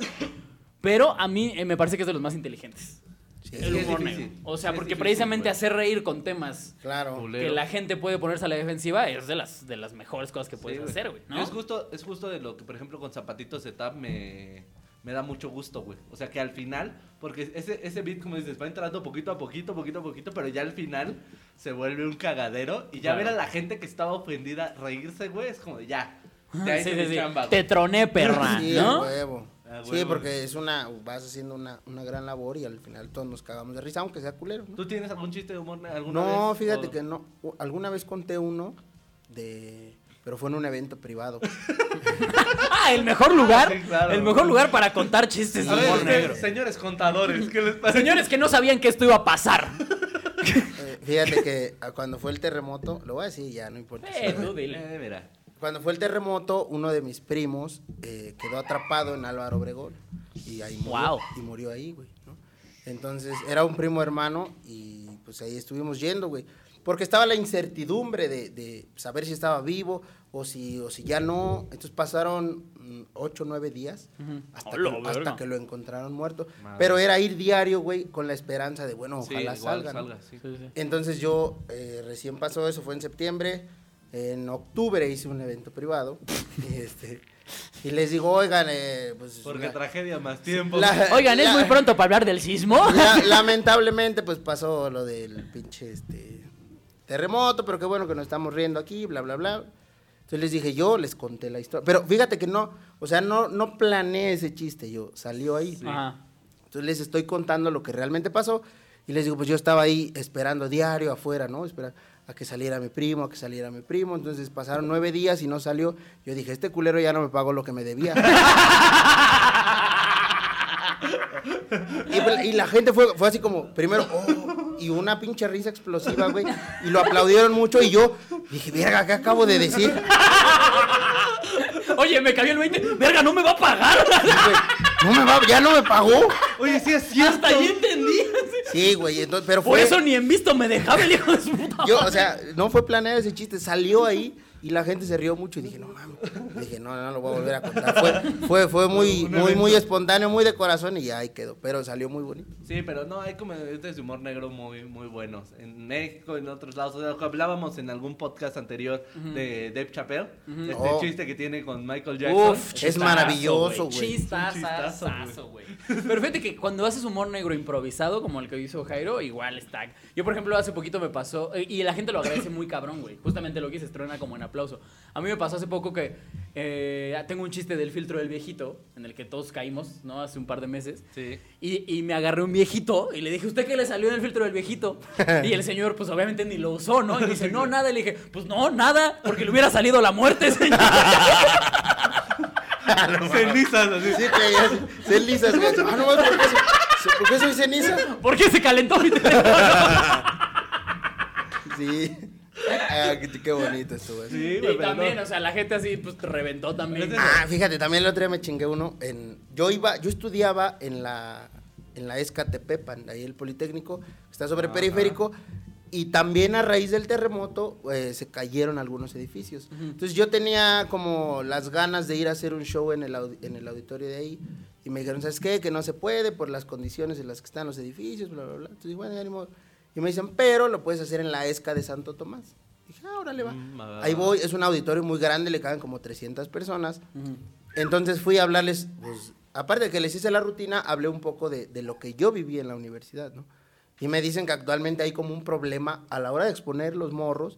S1: Pero a mí eh, me parece que es de los más inteligentes.
S3: Sí,
S1: el
S2: es
S1: humor
S2: difícil.
S1: negro. O sea,
S2: Sí, es
S1: porque
S2: difícil,
S1: precisamente
S2: güey.
S1: hacer reír con temas
S3: claro.
S2: Culero.
S1: que la gente puede ponerse a la defensiva es de las, de las mejores cosas que
S2: Sí,
S1: puedes
S2: güey.
S1: hacer, güey.
S2: Yo
S1: ¿no?
S2: Es justo, es justo de lo que, por ejemplo, con Zapatitos de Tap me, me da mucho gusto, güey. O sea, que al final, porque ese, ese beat, como dices, va entrando poquito a poquito, poquito a poquito, pero ya al final se vuelve un cagadero. Y ya
S1: Claro.
S2: ver a la gente que estaba ofendida reírse, güey, es como de ya.
S1: Ah,
S2: Ya
S1: sí,
S2: hice
S1: sí,
S2: mi
S1: sí.
S2: chamba,
S1: Te
S2: güey.
S1: troné, perra,
S3: Sí, a
S1: ¿no?
S3: huevo.
S2: A
S3: Sí,
S2: huevo.
S3: porque es una, vas haciendo una, una gran labor y al final todos nos cagamos de risa, aunque sea culero, ¿no?
S2: ¿Tú tienes algún chiste de humor ne- alguna
S3: No,
S2: vez? oh.
S3: fíjate
S2: O-
S3: que no. U- Alguna vez conté uno de... Pero fue en un evento privado.
S1: Ah, el mejor lugar,
S2: Sí, claro.
S1: el mejor lugar para contar chistes de
S2: A ver,
S1: humor
S2: ustedes,
S1: negro.
S2: señores contadores, ¿qué les parece?
S1: Señores que no sabían que esto iba a pasar.
S3: Eh, fíjate que ah, cuando fue el terremoto, lo voy a decir ya, no importa. si
S1: Eh,
S3: lo-
S1: tú dile.
S2: Eh, mira.
S3: Cuando fue el terremoto, uno de mis primos eh, quedó atrapado en Álvaro Obregón. Y ahí murió.
S1: Wow.
S3: Y murió ahí, güey. ¿no? Entonces, era un primo hermano y pues ahí estuvimos yendo, güey. Porque estaba la incertidumbre de, de saber si estaba vivo o si, o si ya no. Entonces pasaron mm, ocho, nueve días
S1: Ujú.
S3: hasta,
S1: Hola,
S3: que, hasta
S1: verga.
S3: que lo encontraron muerto.
S2: Madre.
S3: Pero era ir diario, güey, con la esperanza de, bueno,
S2: Sí,
S3: ojalá
S2: igual
S3: salga. ¿no?
S2: salga, sí.
S3: Entonces yo eh, recién pasó eso, fue en septiembre. En octubre hice un evento privado. y, este, y les digo, oigan, eh, pues.
S2: Porque
S3: la-
S2: tragedia más tiempo.
S3: la-
S1: Oigan, es
S3: la-
S1: muy pronto para hablar del sismo.
S3: la- lamentablemente, pues pasó lo del pinche este, terremoto, pero qué bueno que nos estamos riendo aquí, bla, bla, bla. Entonces les dije, yo les conté la historia. Pero fíjate que no, o sea, no, no planeé ese chiste, yo salió ahí.
S1: Ajá.
S3: Entonces les estoy contando lo que realmente pasó y les digo, pues yo estaba ahí esperando diario afuera, ¿no? Espera a que saliera mi primo, a que saliera mi primo. Entonces pasaron nueve días y no salió. Yo dije, este culero ya no me pagó lo que me debía. y, pues, y la gente fue, fue así como, primero, oh, y una pinche risa explosiva, güey. Y lo aplaudieron mucho y yo dije, verga, ¿qué acabo de decir?
S1: Oye, me cayó el 20. Verga, no me va a pagar.
S3: Dije, no me va, ya no me pagó.
S2: Oye, sí es cierto.
S1: Hasta ahí entendí.
S3: Sí, güey, entonces, pero
S1: Por
S3: fue...
S1: eso ni en visto me dejaba el hijo de su puta.
S3: Yo, o sea, no fue planeado ese chiste, salió ahí y la gente se rió mucho y dije, no mames. Dije, no, no lo voy a volver a contar. Fue, fue, fue muy,
S2: Un
S3: muy, muy
S2: evento.
S3: espontáneo, muy de corazón y ya ahí quedó. Pero salió muy bonito.
S2: Sí, pero no, hay comediantes de humor negro muy, muy buenos. En México, en otros lados. O sea, hablábamos en algún podcast anterior de Dave Chappelle. Este
S3: Oh.
S2: chiste que tiene con Michael Jackson.
S1: Uf,
S3: Es maravilloso, güey.
S1: Chistazazazo, güey. Pero fíjate que cuando haces humor negro improvisado, como el que hizo Jairo, igual está. Yo, por ejemplo, hace poquito me pasó, eh, y la gente lo agradece muy cabrón, güey. Justamente lo que se estrena como en aplauso. A mí me pasó hace poco que eh, tengo un chiste del filtro del viejito, en el que todos caímos, ¿no? Hace un par de meses.
S2: Sí.
S1: Y, y me agarré un viejito y le dije, ¿usted qué le salió en el filtro del viejito? Y el señor, pues obviamente ni lo usó, ¿no? Y dice, no, nada. Y le dije, pues no, nada, porque le hubiera salido la muerte, señor.
S2: Cenizas, así.
S3: Sí, que ya se- cenizas, güey. Ah, no mames, ¿por qué, soy- por qué soy ceniza?
S1: ¿Por qué se calentó mi teléfono?
S3: Sí. Ah, qué, qué bonito estuvo eso.
S2: Sí, güey,
S1: Y
S2: pero
S1: también,
S2: no.
S1: o sea, la gente así, pues reventó también.
S2: Entonces,
S3: Ah, fíjate, también el otro día me chingué uno. En, yo iba, yo estudiaba en la, en la Escatepepan, ahí el Politécnico, está sobre
S2: Ajá.
S3: periférico. Y también a raíz del terremoto eh, se cayeron algunos edificios. Entonces yo tenía como las ganas de ir a hacer un show en el, audi- en el auditorio de ahí. Y me dijeron, ¿sabes qué? Que no se puede por las condiciones en las que están los edificios, bla, bla, bla. Entonces, bueno, ya ni modo. Y me dicen, pero lo puedes hacer en la Esca de Santo Tomás. dije, ah, órale, va.
S2: Mm, ah.
S3: Ahí voy, es un auditorio muy grande, le caben como 300 personas. Entonces fui a hablarles, pues, aparte de que les hice la rutina, hablé un poco de, de lo que yo viví en la universidad, ¿no? Y me dicen que actualmente hay como un problema a la hora de exponer los morros,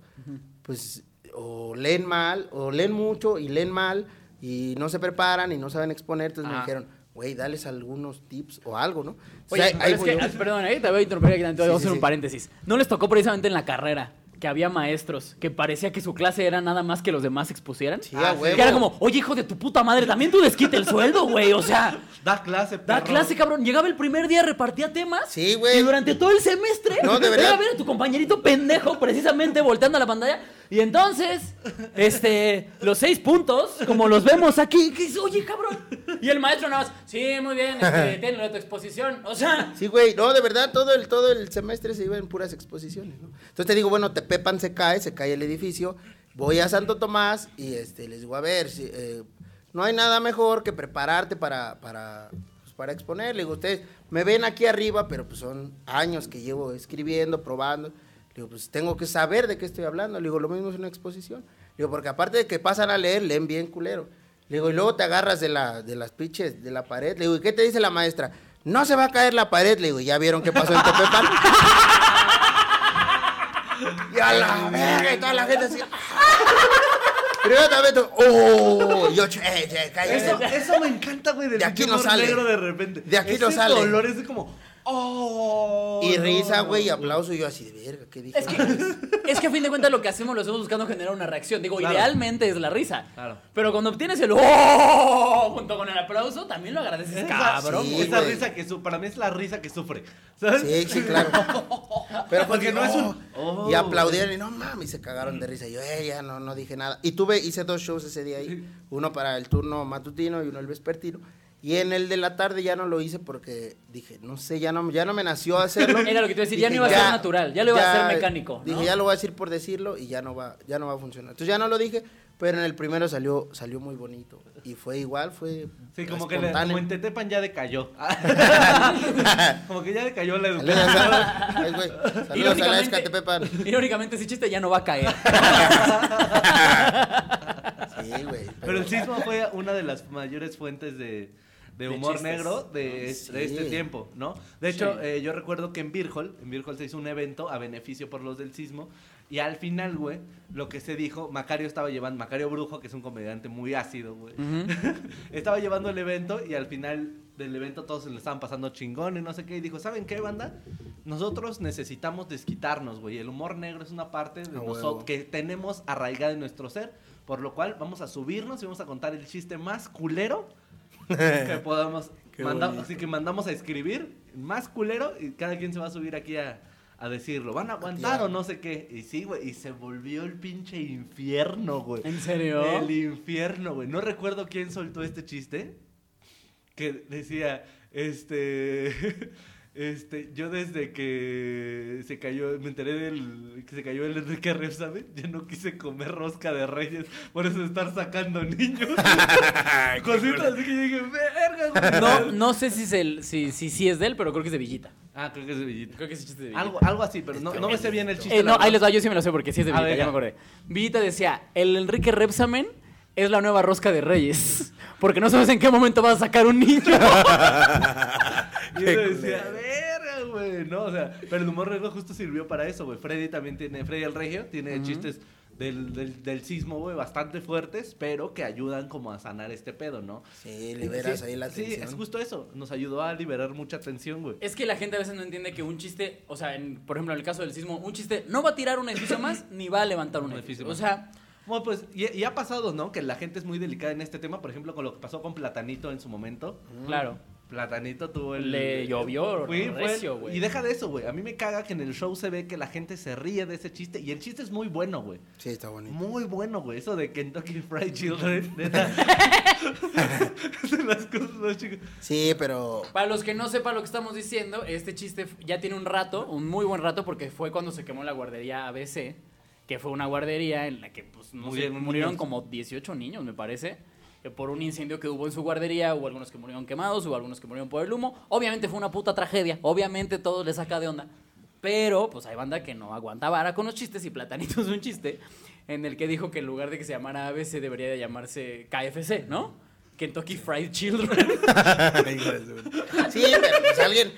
S3: pues, o leen mal, o leen mucho y leen mal, y no se preparan y no saben exponer. Entonces me
S1: Ajá.
S3: dijeron, güey, dales algunos tips o algo, ¿no? O
S1: Ah. Oye,
S3: sea,
S1: pero
S3: ahí
S1: es
S3: voy
S1: que,
S3: yo.
S1: ah, perdón, ahí te voy a interrumpir aquí, tantito,
S3: Sí,
S1: voy a
S3: sí,
S1: hacer
S3: sí.
S1: un paréntesis. ¿No les tocó precisamente en la carrera que había maestros que parecía que su clase era nada más que los demás expusieran? Ah,
S3: Sí, a huevo.
S1: Que era como, oye, hijo de tu puta madre, también tú desquite el sueldo, güey. O sea,
S2: Da clase,
S1: da
S2: perro.
S1: clase, cabrón. Llegaba el primer día, repartía temas.
S3: Sí, güey.
S1: Y durante todo el semestre,
S3: No, de verdad.
S1: era ver a tu compañerito pendejo precisamente volteando a la pantalla. Y entonces, este, los seis puntos, como los vemos aquí, que dice, oye, cabrón. Y el maestro nada más, sí, muy bien, este, tenlo de tu exposición. O sea,
S3: Sí, güey, no, de verdad, todo el, todo el semestre se iba en puras exposiciones, ¿no? Entonces te digo, bueno, Tepepan se cae, se cae el edificio, voy a Santo Tomás y este, les digo, a ver, si, eh, no hay nada mejor que prepararte para, para, pues, para exponer. Le digo, ustedes me ven aquí arriba, pero pues son años que llevo escribiendo, probando. Le digo, pues tengo que saber de qué estoy hablando. Le digo, lo mismo es una exposición. Le digo, porque aparte de que pasan a leer, leen bien culero. Le digo, y luego te agarras de, la, de las pinches, de la pared. Le digo, ¿y qué te dice la maestra? No se va a caer la pared. Le digo, ¿ya vieron qué pasó en Tepepan? y a la verga, y toda la gente así. Pero yo también, to- ¡oh! Y Yo, che, che, cállate.
S2: Eso, eso me encanta, güey, del
S3: De aquí
S2: pinche
S3: no
S2: humor
S3: sale.
S2: negro de repente.
S3: De aquí
S2: Ese
S3: no sale.
S2: dolor es de como, oh.
S3: Y
S2: no.
S3: risa, güey, y aplauso. Y yo así, de verga, ¿qué dije?
S1: es que, es que a fin de cuentas lo que hacemos lo estamos buscando generar una reacción. Digo,
S2: Claro.
S1: idealmente es la risa.
S2: Claro.
S1: Pero cuando obtienes el ¡Oh! junto con el aplauso, también lo agradeces,
S2: Esa,
S1: cabrón.
S3: Sí,
S2: esa
S3: güey.
S2: risa que su, para mí es la risa que sufre. ¿Sabes?
S3: Sí, sí, claro. Pero porque no es un...
S2: oh.
S3: Y aplaudieron y no mames, se cagaron de risa. Y Yo, eh, ya no, no dije nada. Y tuve, hice dos shows ese día ahí. Uno para el turno matutino y uno el vespertino. Y en el de la tarde ya no lo hice porque dije, no sé, ya no, ya no me nació hacerlo.
S1: Era lo que te iba a decir, ya
S3: Dije,
S1: no iba a ser natural, ya lo iba a hacer mecánico,
S3: Dije,
S1: ¿no?
S3: ya lo voy a decir por decirlo y ya no va, ya no va a funcionar. Entonces ya no lo dije, pero en el primero salió, salió muy bonito. Y fue igual, fue
S2: Sí, como que le, como
S3: espontáneo.
S2: en Tetepan ya decayó. como que ya decayó la
S3: Saludos
S2: educación.
S3: a- ay, güey, saludos a la
S1: Irónicamente-
S3: Escatepepan.
S1: Irónicamente, ese chiste ya no va a caer.
S3: Sí, güey.
S2: Pero el sismo fue una de las mayores fuentes de, de
S1: De
S2: humor
S1: chistes.
S2: negro de, es- de
S3: Sí.
S2: este tiempo, ¿no? De hecho,
S1: Sí.
S2: eh, yo recuerdo que en Virgol, en Virgol se hizo un evento a beneficio por los del sismo. Y al final, güey, lo que se dijo, Macario estaba llevando, Macario Brujo, que es un comediante muy ácido, güey, estaba llevando el evento y al final del evento todos se le estaban pasando chingón y no sé qué. Y dijo, ¿saben qué, banda? Nosotros necesitamos desquitarnos, güey. El humor negro es una parte de
S3: A Ah, huevo.
S2: nosotros que tenemos arraigada en nuestro ser. Por lo cual vamos a subirnos y vamos a contar el chiste más culero que podamos.
S3: Qué
S2: Manda-
S3: bonito.
S2: así que mandamos a escribir más culero y cada quien se va a subir aquí a, a decirlo. ¿Van a aguantar
S3: tirar.
S2: o no sé qué? Y sí, güey. Y se volvió el pinche infierno, güey.
S1: ¿En serio?
S2: El infierno, güey. No recuerdo quién soltó este chiste. Que decía, este. Este, yo desde que se cayó, me enteré del que se cayó el Enrique Ríos, ¿sabes? Ya no quise comer rosca de reyes, por eso estar sacando niños. Cositas así que yo dije, verga, güey".
S1: No, no sé si, es el, si, si, si es de él, pero creo que es de Villita.
S2: Ah, creo que es de Villita.
S1: Creo que es chiste de Villita.
S2: Algo, algo así, pero no, no me sé bien el chiste.
S1: Eh, no,
S2: la
S1: ahí
S2: verdad.
S1: les va, yo sí me lo sé porque sí es de
S2: A
S1: Villita,
S2: ver,
S1: ya
S2: ya.
S1: me acordé. Villita decía, el Enrique Repsamen es la nueva rosca de Reyes, porque no sabes en qué momento vas a sacar un niño.
S2: Y
S3: Qué
S2: yo decía,
S3: culero.
S2: verga, güey. No, o sea, pero el humor negro justo sirvió para eso, güey. Freddy también tiene, Freddy el Regio tiene chistes del, del, del sismo, güey, bastante fuertes, pero que ayudan como a sanar este pedo, ¿no?
S3: Sí, liberas
S2: Sí,
S3: ahí la
S2: Sí,
S3: tensión.
S2: es justo eso. Nos ayudó a liberar mucha tensión, güey.
S1: es que la gente a veces no entiende que un chiste, o sea, en- por ejemplo, en el caso del sismo, un chiste no va a tirar un edificio más ni va a levantar un
S2: Un
S1: edificio.
S2: edificio
S1: O
S2: más.
S1: sea,
S2: Bueno, pues, y, y ha pasado, ¿no? Que la gente es muy delicada en este tema, por ejemplo, con lo que pasó con Platanito en su momento.
S1: claro.
S2: Platanito tuvo el.
S1: Le llovió,
S2: Fui- Mm. fue-
S1: recio, güey.
S2: Y deja de eso, güey. A mí me caga que en el show se ve que la gente se ríe de ese chiste. Y el chiste es muy bueno, güey.
S3: Sí, está bonito.
S2: Muy bueno, güey. Eso de Kentucky Fried Children. neta. de las cosas más chicas.
S3: Sí, pero.
S1: Para los que no sepan lo que estamos diciendo, este chiste f- ya tiene un rato, un muy buen rato, porque fue cuando se quemó la guardería ABC, que fue una guardería en la que pues, no sé,
S2: Murieron
S1: murieron
S2: niños.
S1: como 18 niños, me parece, eh, por un incendio que hubo en su guardería, hubo algunos que murieron quemados, hubo algunos que murieron por el humo. Obviamente fue una puta tragedia, obviamente todo le saca de onda. Pero, pues hay banda que no aguanta vara con los chistes y Platanito es un chiste en el que dijo que en lugar de que se llamara ABC debería de llamarse KFC, ¿no? Kentucky Fried Children.
S3: Sí, pero pues alguien.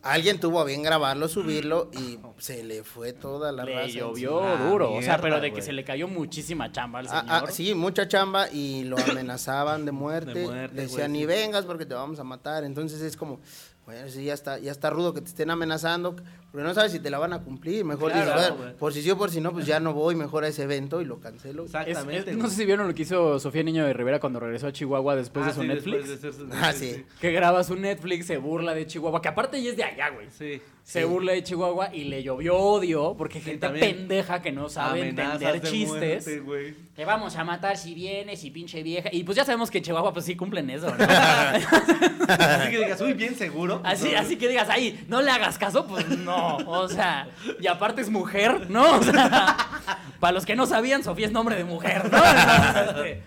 S3: Alguien tuvo a bien grabarlo, subirlo y se le fue toda la raza.
S1: Le
S3: encima.
S1: llovió
S2: encima.
S1: duro, o sea,
S2: Mierda,
S1: pero de que
S2: güey.
S1: se le cayó muchísima chamba al
S3: Ah,
S1: señor.
S3: ah, sí, mucha chamba y lo amenazaban de muerte.
S2: De muerte, güey,
S3: Decían,
S2: sí.
S3: ni vengas porque te vamos a matar. Entonces es como, bueno, sí, ya está, ya está rudo que te estén amenazando, pero no sabes si te la van a cumplir. Mejor
S2: Claro,
S3: dices, bueno,
S2: güey.
S3: por si sí o por si no, pues ya no voy mejor a ese evento y lo cancelo.
S1: Es- es-
S2: Exactamente.
S1: no
S2: güey.
S1: sé si vieron lo que hizo Sofía Niño de Rivera cuando regresó a Chihuahua después
S2: Ah,
S1: de su
S2: sí,
S1: Netflix.
S2: después de ser su-
S3: Ah,
S2: sí,
S3: sí.
S1: Que graba su Netflix, se burla de Chihuahua, que aparte ella es de allá, güey.
S2: Sí. Sí.
S1: se burla de Chihuahua y le llovió odio porque gente
S2: también.
S1: pendeja que no sabe
S2: Amenazas
S1: entender
S2: de
S1: chistes.
S2: muerte, güey.
S1: Te vamos a matar si vienes y pinche vieja. Y pues ya sabemos que en Chihuahua pues sí cumplen eso, ¿no?
S2: Así que digas, uy, bien seguro.
S1: Así, así que digas, ay, no le hagas caso, pues no. O sea, y aparte es mujer, ¿no? O sea, para los que no sabían, Sofía es nombre de mujer, ¿no? Entonces, este,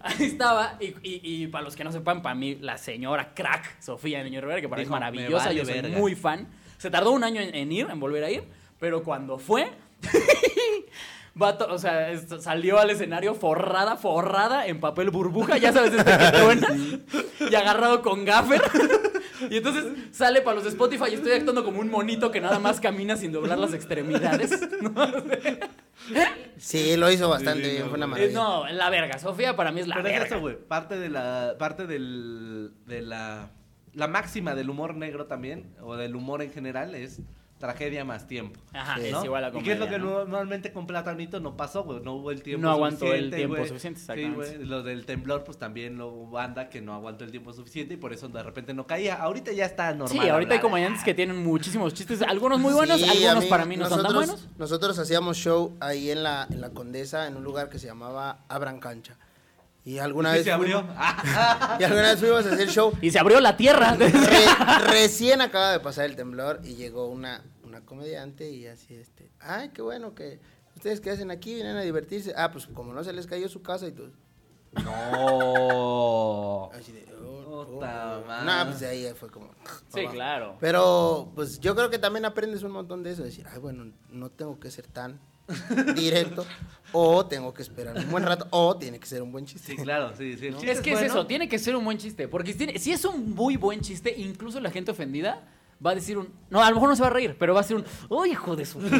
S1: ahí estaba, y, y- y para los que no sepan, para mí, la señora crack, Sofía de Niño Rivera, que para mí es
S2: Dijo, "Me
S1: maravillosa,
S2: vale
S1: yo soy
S2: verga".
S1: muy fan. Se tardó un año en, en ir, en volver a ir, pero cuando fue. vato, o sea, esto- salió al escenario forrada, forrada en papel burbuja, ya sabes, este que truena, y agarrado con gaffer. Y entonces sale para los de Spotify y estoy actuando como un monito que nada más camina sin doblar las extremidades. No,
S3: Sí, lo hizo bastante
S2: Sí,
S3: bien,
S2: no,
S3: fue una
S2: güey.
S1: Eh,
S3: maravilla.
S1: no, la verga. Sofía para mí es la
S2: Pero es
S1: verga.
S2: eso, güey. Parte de la. Parte del. De la. La máxima del humor negro también, o del humor en general, es tragedia más tiempo.
S1: Ajá,
S3: Sí.
S1: es
S2: ¿no?
S1: igual a
S2: ¿Y qué
S1: comedia.
S2: es lo que
S1: ¿no?
S2: normalmente con Platanito no pasó, güey? No hubo el tiempo
S1: No aguantó el tiempo
S2: güey.
S1: suficiente,
S2: Sí,
S1: exactamente.
S2: güey. Lo del temblor, pues también lo hubo banda que no aguantó el tiempo suficiente y por eso de repente no caía. Ahorita ya está normal.
S1: Sí, ahorita hay
S2: hablar. ¿eh?
S1: comediantes que tienen muchísimos chistes, algunos muy buenos,
S3: Sí,
S1: algunos
S3: a
S1: para mí no son tan
S3: nosotros-
S1: buenos.
S3: Nosotros hacíamos show ahí en la, en la Condesa, en un lugar que se llamaba Abran Cancha. Y alguna,
S2: Sí,
S3: vez
S2: se abrió.
S3: fuimos-
S2: Ah,
S3: y alguna vez fuimos a hacer show.
S1: Y se abrió la tierra.
S3: Re- recién acaba de pasar el temblor y llegó una, una comediante y así, este, ay, qué bueno que ustedes qué hacen aquí, vienen a divertirse. Ah, pues como no se les cayó su casa y todo.
S2: no.
S3: Así de, "Oh,
S2: Puta madre.
S3: Nah, pues de ahí fue como.
S1: Sí,
S3: abajo.
S1: claro.
S3: Pero, pues yo creo que también aprendes un montón de eso. Decir, ay, bueno, no tengo que ser tan directo. o tengo que esperar un buen rato. O tiene que ser un buen chiste.
S2: Sí, claro, sí, sí. el chiste
S1: Es que es
S2: bueno.
S1: eso, tiene que ser un buen chiste. Porque si tiene- si es un muy buen chiste, incluso la gente ofendida va a decir un. No, a lo mejor no se va a reír, pero va a ser un. ¡Oh, hijo de su puta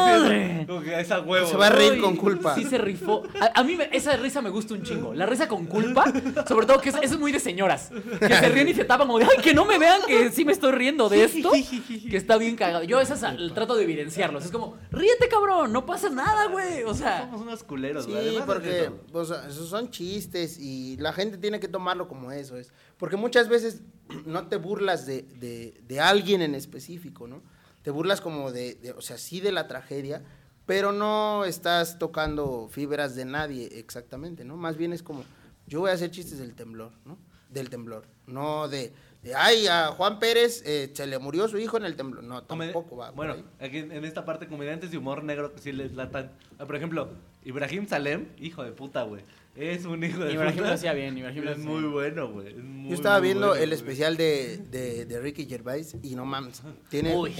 S1: madre!
S2: Como que esa huevo.
S3: Se va a reír
S1: Ay,
S3: con culpa.
S1: Sí se rifó. A, a mí me- esa risa me gusta un chingo. La risa con culpa, sobre todo que es, eso es muy de señoras. Que se ríen y se tapan como de, ay, que no me vean que sí me estoy riendo de esto. Que está bien cagado. Yo esas a- trato de evidenciarlos. Es como, ríete, cabrón, no pasa nada, güey. O sea,
S2: Somos unos culeros,
S3: Sí,
S2: güey. Además de
S3: porque
S2: eso.
S3: o sea, esos son chistes y la gente tiene que tomarlo como eso es. Porque muchas veces no te burlas de, de- de alguien en específico, ¿no? Te burlas como de, de- o sea, sí de la tragedia, pero no estás tocando fibras de nadie exactamente, ¿no? Más bien es como, yo voy a hacer chistes del temblor, ¿no? Del temblor, no de, de, ay, a Juan Pérez eh, se le murió su hijo en el temblor. No,
S2: Comedi-
S3: tampoco va. por
S2: Bueno,
S3: ahí.
S2: aquí en en esta parte, comediantes de humor negro que sí les latan. Ah, Por ejemplo, Ibrahim Salem, hijo de puta, güey. Es un hijo de
S1: Ibrahim
S2: puta.
S1: lo hacía bien, Ibrahim lo
S2: Es
S1: hacía
S2: muy
S1: bien.
S2: bueno, güey. es muy,
S3: Yo estaba
S2: muy
S3: viendo
S2: bueno,
S3: el
S2: güey.
S3: especial de, de- de Ricky Gervais y no mames, tiene
S1: uy.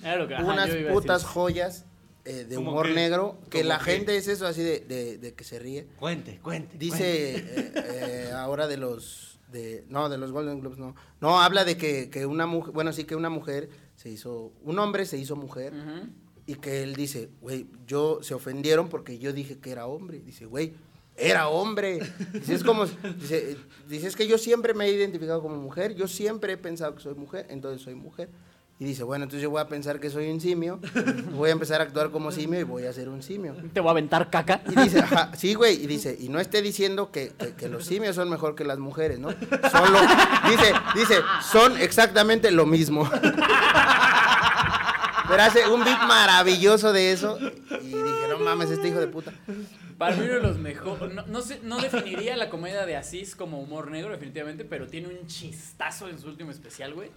S1: Era lo que- ajá,
S3: unas
S1: yo iba a decir.
S3: putas joyas eh, de
S2: ¿Cómo
S3: humor
S2: qué?
S3: negro que
S2: ¿Cómo
S3: la
S2: qué?
S3: gente es eso así de, de- de que se ríe.
S2: Cuente, cuente. cuente.
S3: Dice eh, eh, ahora de los de no de los Golden Globes no no habla de que, que una mujer bueno sí que una mujer se hizo un hombre se hizo mujer
S1: Ujú.
S3: y que él dice, güey, yo se ofendieron porque yo dije que era hombre. Dice, güey, era hombre. Dice, es como, dice, eh, dice, es que yo siempre me he identificado como mujer, yo siempre he pensado que soy mujer, entonces soy mujer. Y dice, bueno, entonces yo voy a pensar que soy un simio, voy a empezar a actuar como simio y voy a ser un simio.
S1: Te voy a aventar caca.
S3: Y dice, ajá, sí, güey, y dice, y no esté diciendo que, que- que los simios son mejor que las mujeres, ¿no? Son lo- dice, dice, son exactamente lo mismo. Pero hace un beat maravilloso de eso. Y dije, no mames, este hijo de puta.
S1: Para mí uno de los mejores. No, no sé, no definiría la comedia de Asís como humor negro, definitivamente, pero tiene un chistazo en su último especial, güey.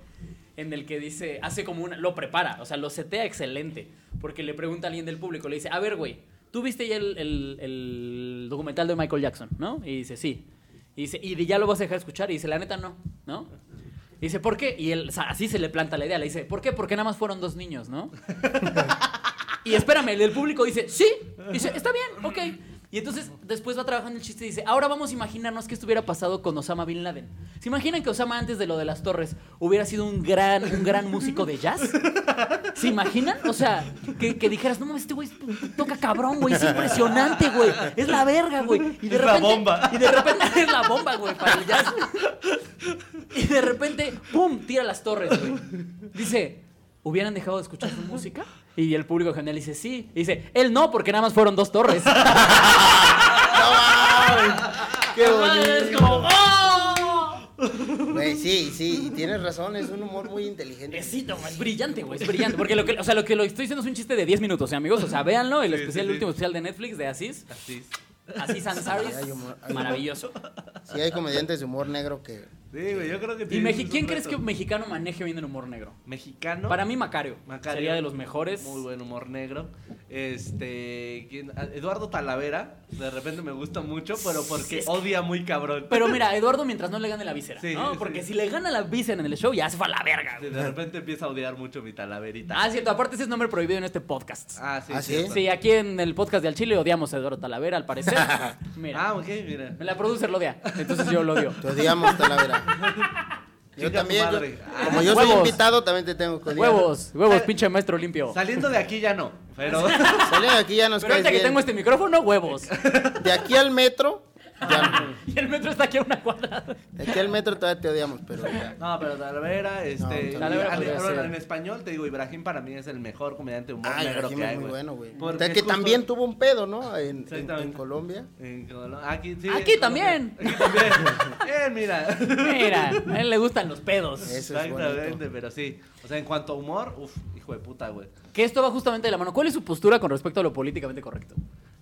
S1: En el que dice, hace como una. Lo prepara, o sea, lo setea excelente. Porque le pregunta a alguien del público, le dice, a ver, güey, tú viste ya el, el- el documental de Michael Jackson, ¿no? Y dice, sí. Y dice, y ya lo vas a dejar escuchar. Y dice, la neta, no, ¿no? Y dice, ¿por qué? Y él, o sea, así se le planta la idea. Le dice, ¿por qué? Porque nada más fueron dos niños, ¿no? Y espérame, el del público dice, sí. Y dice, está bien, ok. Y entonces después va trabajando el chiste y dice, ahora vamos a imaginarnos qué estuviera pasado con Osama Bin Laden. ¿Se imaginan que Osama antes de lo de las torres hubiera sido un gran, un gran músico de jazz? ¿Se imaginan? O sea, que, que dijeras, no mames, este güey toca cabrón, güey, es impresionante, güey. Es la verga, güey. Y de
S2: Es la
S1: repente,
S2: bomba.
S1: Y de repente es la bomba, güey, para el jazz. Y de repente, ¡pum! Tira las torres, güey. Dice, ¿hubieran dejado de escuchar su música? Y el público en general dice, sí. Y dice, él no, porque nada más fueron dos torres.
S3: ¡No mames! ¡Qué
S1: Es como,
S3: bonito!
S1: ¡oh!
S3: Güey, sí, sí, y tienes razón, es un humor muy inteligente.
S1: Besito, güey, es brillante, güey, es brillante. Porque lo que, o sea, lo que lo estoy diciendo es un chiste de 10 minutos, ¿eh, amigos. O sea, véanlo, el
S2: Sí, sí,
S1: especial, el
S2: sí.
S1: último especial de Netflix de Asís.
S2: Así es.
S1: Asís Ansaris,
S3: Ay, hay humor, hay humor.
S1: maravilloso.
S3: Sí, hay comediantes de humor negro que.
S2: Sí, güey, yo creo que
S1: ¿Y
S2: tiene
S1: Meji-
S2: sus
S1: quién crees que
S2: retos.
S1: mexicano maneje bien el humor negro?
S2: Mexicano.
S1: Para mí, Macario.
S2: Macario.
S1: Sería de los mejores.
S2: Muy buen humor negro. Este. ¿quién? Ah, Eduardo Talavera. De repente me gusta mucho, pero porque
S1: Es que-
S2: odia muy cabrón.
S1: Pero mira, Eduardo, mientras no le gane la víscera,
S2: Sí,
S1: ¿no?
S2: sí.
S1: Porque si le gana la víscera en el show, ya se fue a la verga, güey.
S2: De repente empieza a odiar mucho mi Talaverita.
S1: Ah, es cierto, aparte ese es nombre prohibido en este podcast.
S2: Ah, sí.
S3: ¿Ah, sí?
S2: cierto.
S1: Sí, aquí en el podcast de Al Chile odiamos a Eduardo Talavera, al parecer. Mira,
S2: Ah, ok, mira.
S1: la producer lo odia, entonces yo lo odio.
S3: Te odiamos, Talavera. Yo
S2: Chinga tu
S3: también. yo-
S2: madre. Ah,
S3: como yo soy
S1: huevos.
S3: invitado, también te tengo que odiar.
S1: Huevos, huevos,
S2: Sal-
S1: pinche maestro limpio.
S2: Saliendo de aquí ya no. Pero.
S3: Salí de aquí ya nos
S1: Pero ahorita
S3: caes
S1: que este-
S3: bien.
S1: tengo este micrófono, huevos.
S3: De aquí al metro, ya
S1: Y el metro está aquí a una cuadra.
S3: De aquí al metro todavía te odiamos, pero ya.
S2: No, pero Talavera, este.
S3: No,
S1: Talavera
S2: y-
S1: podría
S2: ah, bueno,
S1: ser.
S2: en español te digo, Ibrahim para mí es el mejor comediante de humor
S3: Ay,
S2: negro
S3: Jimmy
S2: que hay.
S3: Ah, es muy
S2: güey.
S3: bueno, güey.
S2: Porque
S3: O sea,
S2: es
S3: que
S2: justo-
S3: también tuvo un pedo, ¿no? En, en-
S2: Exactamente.
S3: en Colombia.
S2: En Colo- Aquí, sí,
S1: Aquí
S2: en Colombia.
S1: también.
S2: Aquí también. Bien, mira.
S1: Mira, a él le gustan los pedos.
S3: Eso es bonito.
S2: Exactamente, pero sí. O sea, en cuanto a humor, uff, hijo de puta, güey.
S1: Que esto va justamente de la mano. ¿Cuál es su postura con respecto a lo políticamente correcto?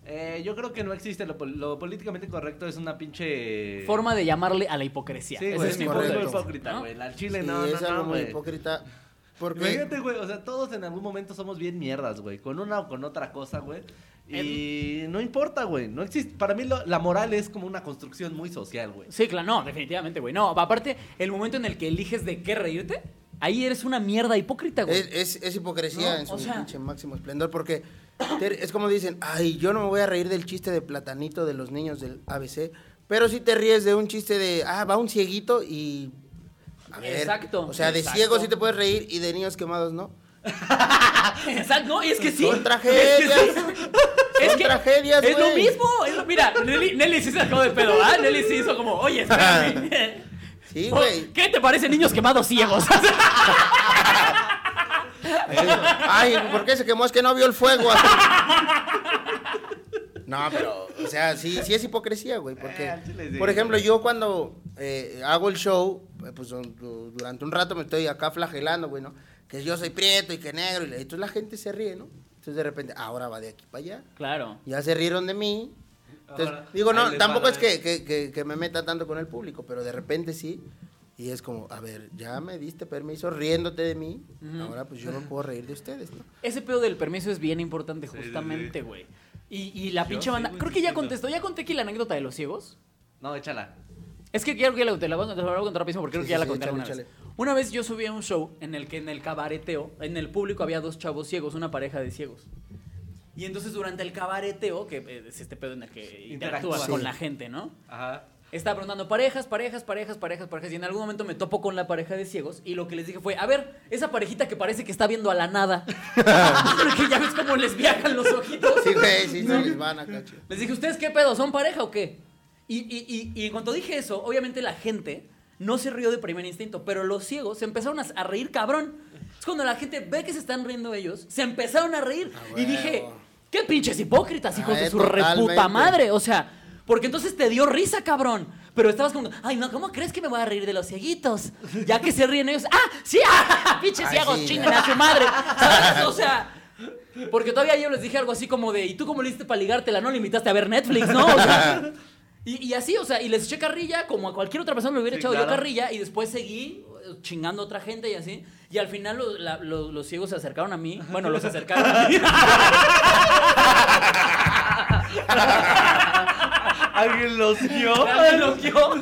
S2: Eh, yo creo que no existe. Lo, pol- lo políticamente correcto es una pinche.
S1: Forma de llamarle a la hipocresía.
S2: Sí,
S1: Ese
S2: güey,
S1: es mi
S2: es
S1: punto de
S2: muy
S3: correcto.
S1: vista,
S2: hipócrita,
S1: ¿no?
S2: güey. La chile,
S3: Sí,
S2: no,
S3: es
S2: no,
S3: algo
S2: no,
S3: muy
S2: güey.
S3: hipócrita. Porque
S2: Imagínate, güey, o sea, todos en algún momento somos bien mierdas, güey, con una o con otra cosa, güey. Y no importa, güey, no existe. Para mí lo- la moral es como una construcción muy social, güey.
S1: Sí, claro, no, definitivamente, güey. No, aparte, el momento en el que eliges de qué reírte, ahí eres una mierda hipócrita, güey.
S3: es, es- es hipocresía
S1: No,
S3: en su
S1: o sea-
S3: pinche máximo esplendor. Porque te- es como dicen, ay, yo no me voy a reír del chiste de platanito de los niños del ABC. Pero si te ríes de un chiste de, ah, va un cieguito y. A ver,
S1: Exacto,
S3: O sea, de
S1: exacto.
S3: ciegos sí te puedes reír y de niños quemados no.
S1: Exacto, no, y es que sí.
S3: Son tragedias.
S1: Es
S3: Son
S1: que
S3: tragedias,
S1: Es lo
S3: güey.
S1: mismo. es lo- mira, Nelly, Nelly sí se sacó de pedo, ¿ah? Nelly sí hizo como, oye, espérame.
S3: Sí,
S1: Oh,
S3: güey. Ah.
S1: ¿Qué te parece niños quemados ciegos?
S3: Ay, ¿por qué se quemó? Es que no vio el fuego. No, pero, o sea, sí, sí es hipocresía, güey. Porque,
S2: Eh, al chile sí.
S3: por ejemplo, yo cuando eh, hago el show, eh, pues don- du- durante un rato me estoy acá flagelando, güey, ¿no? Que yo soy prieto y que negro. Y le- entonces la gente se ríe, ¿no? Entonces de repente, ahora va de aquí para allá.
S1: claro.
S3: Ya se rieron de mí. Entonces,
S2: Ahora,
S3: digo,
S2: ahí
S3: no,
S2: les
S3: tampoco
S2: va la
S3: es que, que- que- que me meta tanto con el público, pero de repente sí. Y es como, a ver, ya me diste permiso riéndote de mí, ahora pues yo no puedo reír de ustedes, ¿no?
S1: Ese pedo del permiso es bien importante,
S2: sí, sí.
S1: justamente, güey. Y, y la
S2: Yo
S1: pinche banda.
S2: sigo
S1: Creo que ya
S2: insistiendo.
S1: contestó. Ya conté aquí la anécdota de los ciegos.
S2: No, échala.
S1: Es que quiero que la, te la voy a- te la voy a contar rapidísimo porque creo
S3: Sí,
S1: que
S3: sí,
S1: ya la
S3: sí,
S1: conté alguna
S3: échale,
S1: vez. Una vez yo subí a un show en el que en el cabareteo, en el público había dos chavos ciegos, una pareja de ciegos. Y entonces durante el cabareteo, que eh, es este pedo en el que interactúas
S2: Interactúas.
S1: con
S3: Sí.
S1: la gente, ¿no?
S2: Ajá.
S1: Estaba preguntando parejas, parejas, parejas, parejas, parejas. Y en algún momento me topo con la pareja de ciegos. Y lo que les dije fue: A ver, esa parejita que parece que está viendo a la nada. Porque ya ves cómo les viajan los ojitos.
S3: Sí, güey, sí, se les van a cacho.
S1: Les dije, ¿ustedes qué pedo? ¿Son pareja o qué? Y, y, y, y en cuanto dije eso, obviamente la gente no se rió de primer instinto, pero los ciegos se empezaron a, a reír cabrón. Es cuando la gente ve que se están riendo ellos, se empezaron a reír.
S3: Ah,
S1: y dije,
S3: huevo.
S1: qué pinches hipócritas, hijos
S3: Ah,
S1: de
S3: eh,
S1: su
S3: totalmente.
S1: reputa madre. O sea, porque entonces te dio risa, cabrón. Pero estabas como, ay, no, ¿cómo crees que me voy a reír de los cieguitos? Ya que se ríen ellos, ¡ah! ¡Sí! ¡Ah! ¡Pinches
S3: Ay,
S1: ciegos!
S3: sí,
S1: ¡Chingan a su madre! ¿Sabes? O sea, porque todavía yo les dije algo así como de, ¿y tú cómo le hiciste para ligártela? No le invitaste a ver Netflix, ¿no? O sea, y, y así, o sea, y les eché carrilla como a cualquier otra persona le hubiera
S2: Sí,
S1: echado yo
S2: claro.
S1: carrilla y después seguí eh, chingando a otra gente y así. Y al final los, la- los- los ciegos se acercaron a mí. Bueno, los acercaron a mí.
S2: ¿Alguien los vio?
S1: Alguien los vio.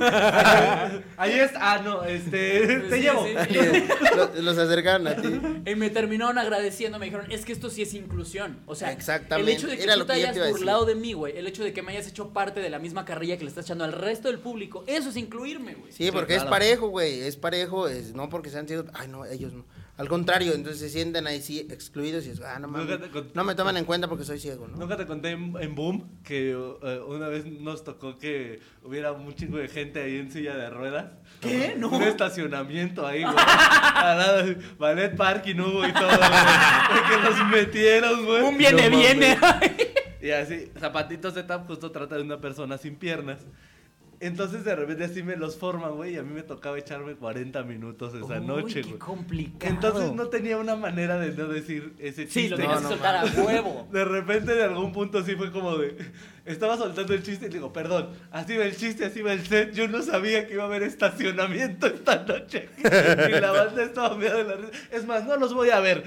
S2: Ahí está. Ah, no, este. Te
S1: Sí,
S2: llevo.
S1: sí.
S3: Y Los, los acercaron a ti.
S1: Y me terminaron agradeciendo, me dijeron, es que esto sí es inclusión. O sea,
S3: Exactamente,
S1: el hecho de que
S3: era
S1: tú
S3: lo
S1: te
S3: que yo te
S1: hayas
S3: iba a decir.
S1: burlado de mí, güey, el hecho de que me hayas hecho parte de la misma carrilla que le estás echando al resto del público, eso es incluirme, güey.
S3: Sí, porque
S2: claro.
S3: es parejo, güey, es parejo, es, no porque sean sido, ay, no, ellos no. Al contrario, entonces se sienten ahí sí excluidos y es, ah, no mames,
S2: Nunca te cont-
S3: no me toman en cuenta porque soy ciego, ¿no?
S2: Nunca te conté en, en Boom que eh, una vez nos tocó que hubiera un chingo de gente ahí en silla de ruedas.
S1: ¿Qué? No.
S2: Un estacionamiento ahí, güey. Al lado de Ballet Parking hubo y todo, güey. Que nos metieron, güey.
S1: Un viene,
S2: No mames.
S1: viene.
S2: Y así, Zapatitos de Tap justo trata de una persona sin piernas. Entonces de repente así me los forman, güey, y a mí me tocaba echarme 40 minutos esa
S1: Uy,
S2: noche,
S1: qué
S2: güey.
S1: complicado.
S2: Entonces no tenía una manera de no decir ese chiste.
S1: Sí, lo
S3: No,
S1: tenías
S3: no
S1: que soltar
S3: mames.
S1: a huevo.
S2: De repente, de algún punto, sí fue como de. Estaba soltando el chiste y le digo, perdón, así va el chiste, así va el set. Yo no sabía que iba a haber estacionamiento esta noche. Y la banda estaba medio de la risa. Es más, no los voy a ver.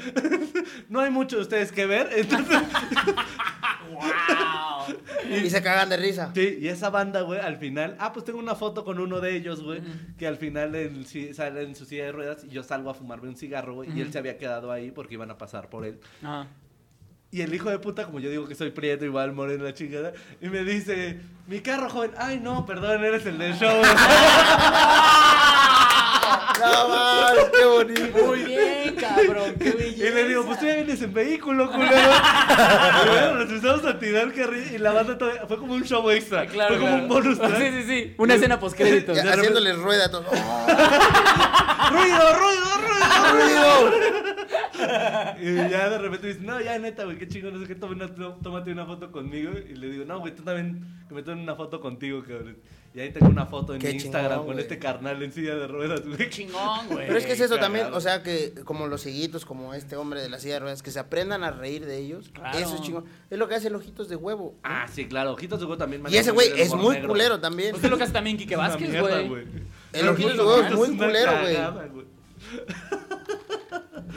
S2: No hay mucho de ustedes que ver. Entonces,
S1: Ah, ¡Wow!
S3: Y se cagan de risa.
S2: sí, y esa banda, güey, al final. Ah, pues tengo una foto con uno de ellos, güey, que al final él sí sale en su silla de ruedas y yo salgo a fumarme un cigarro, güey, y él se había quedado ahí porque iban a pasar por él.
S1: Ajá.
S2: Y el hijo de puta, como yo digo que soy prieto, igual moreno la chingada, y me dice, mi carro, joven, ay no, perdón, eres el del show.
S3: No mames, qué bonito.
S1: Muy bien, cabrón. Qué
S2: y le digo,
S1: belleza.
S2: pues tú ya vienes en vehículo, culero. y bueno, nos empezamos a tirar carrilla y la banda todavía, fue como un show extra.
S1: Ah, Claro,
S2: fue como
S1: claro.
S2: un bonus track.
S1: Sí, sí, sí. Una escena postcréditos.
S3: Ya, haciéndoles rueda a todos.
S2: ¡Ruido, ruido, ruido!
S3: ¡Oh, ruido!
S2: Y ya de repente me dice, no, ya neta, güey, qué chingo, no sé qué, toma una- tó- tómate una foto conmigo. Y le digo, no, güey, tú también, que me tomen una foto contigo, cabrón. Y ahí tengo una foto en
S3: Qué
S2: Instagram
S3: chingón,
S2: con
S3: güey.
S2: este carnal en silla de ruedas, güey.
S1: Chingón, güey.
S3: Pero es que es eso
S2: cagado.
S3: también, o sea, que como los cieguitos, como este hombre de la silla de ruedas, que se aprendan a reír de ellos.
S1: Claro.
S3: Eso es chingón. Es lo que hace el Ojitos de Huevo.
S2: Ah, sí, claro, Ojitos de Huevo también.
S3: Y
S2: maneja
S3: ese güey
S2: bien el
S3: es
S2: humor
S3: muy
S2: negro.
S3: culero también.
S1: Usted Pues lo que hace también Quique
S2: Es una
S1: Vázquez,
S2: mierda,
S1: güey.
S3: El
S1: Ojitos de
S3: Ojitos de
S1: Huevo
S3: Huevo
S1: es
S3: es muy
S2: una
S3: culero,
S2: cagada,
S3: güey.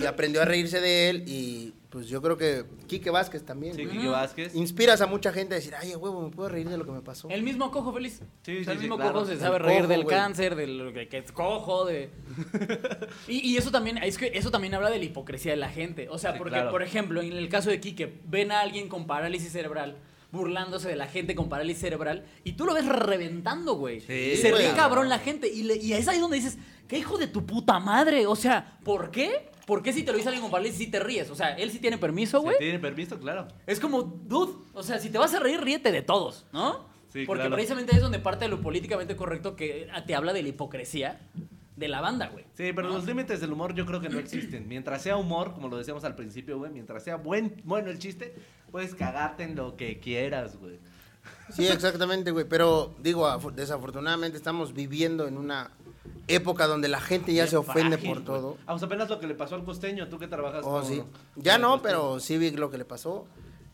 S3: Y aprendió a reírse de él y pues yo creo que Quique Vázquez también.
S2: Sí,
S3: güey.
S2: Quique Vázquez.
S3: Inspiras a mucha gente a decir, ay, a huevo, me puedo reír de lo que me pasó.
S1: El mismo cojo feliz.
S2: Sí,
S1: O sea, el
S2: sí, sí,
S1: mismo
S2: claro.
S1: cojo se
S2: El
S1: sabe reír
S3: cojo,
S1: del
S3: güey.
S1: cáncer, del que, que es cojo, de. y, y eso también, es que eso también habla de la hipocresía de la gente. O sea,
S2: Sí,
S1: porque,
S2: claro.
S1: por ejemplo, en el caso de Quique, ven a alguien con parálisis cerebral burlándose de la gente con parálisis cerebral y tú lo ves reventando, güey.
S2: Sí,
S1: se
S3: güey.
S1: ríe cabrón la gente y, le- y es ahí donde dices, qué hijo de tu puta madre, o sea, ¿por qué? ¿Por qué si te lo dice alguien con parálisis sí te ríes? O sea, él sí tiene permiso,
S2: Si
S1: güey.
S2: tiene permiso, claro.
S1: Es como, dude, o sea, si te vas a reír, ríete de todos, ¿no?
S2: Sí,
S1: Porque
S2: claro.
S1: precisamente es donde parte de lo políticamente correcto que te habla de la hipocresía de la banda, güey.
S2: Sí, pero los límites del humor yo creo que no existen. Mientras sea humor, como lo decíamos al principio, güey, mientras sea buen, bueno el chiste, puedes cagarte en lo que quieras, güey.
S3: Sí, exactamente, güey. Pero digo, afo- desafortunadamente estamos viviendo en una época donde la gente ya
S1: Bien
S3: se ofende
S1: frágil,
S3: por todo.
S2: Ah, pues apenas lo que le pasó al costeño, tú que trabajas
S3: Oh,
S2: con-
S3: sí.
S2: con
S3: Ya
S2: el
S3: no,
S2: costeño.
S3: pero sí vi lo que le pasó.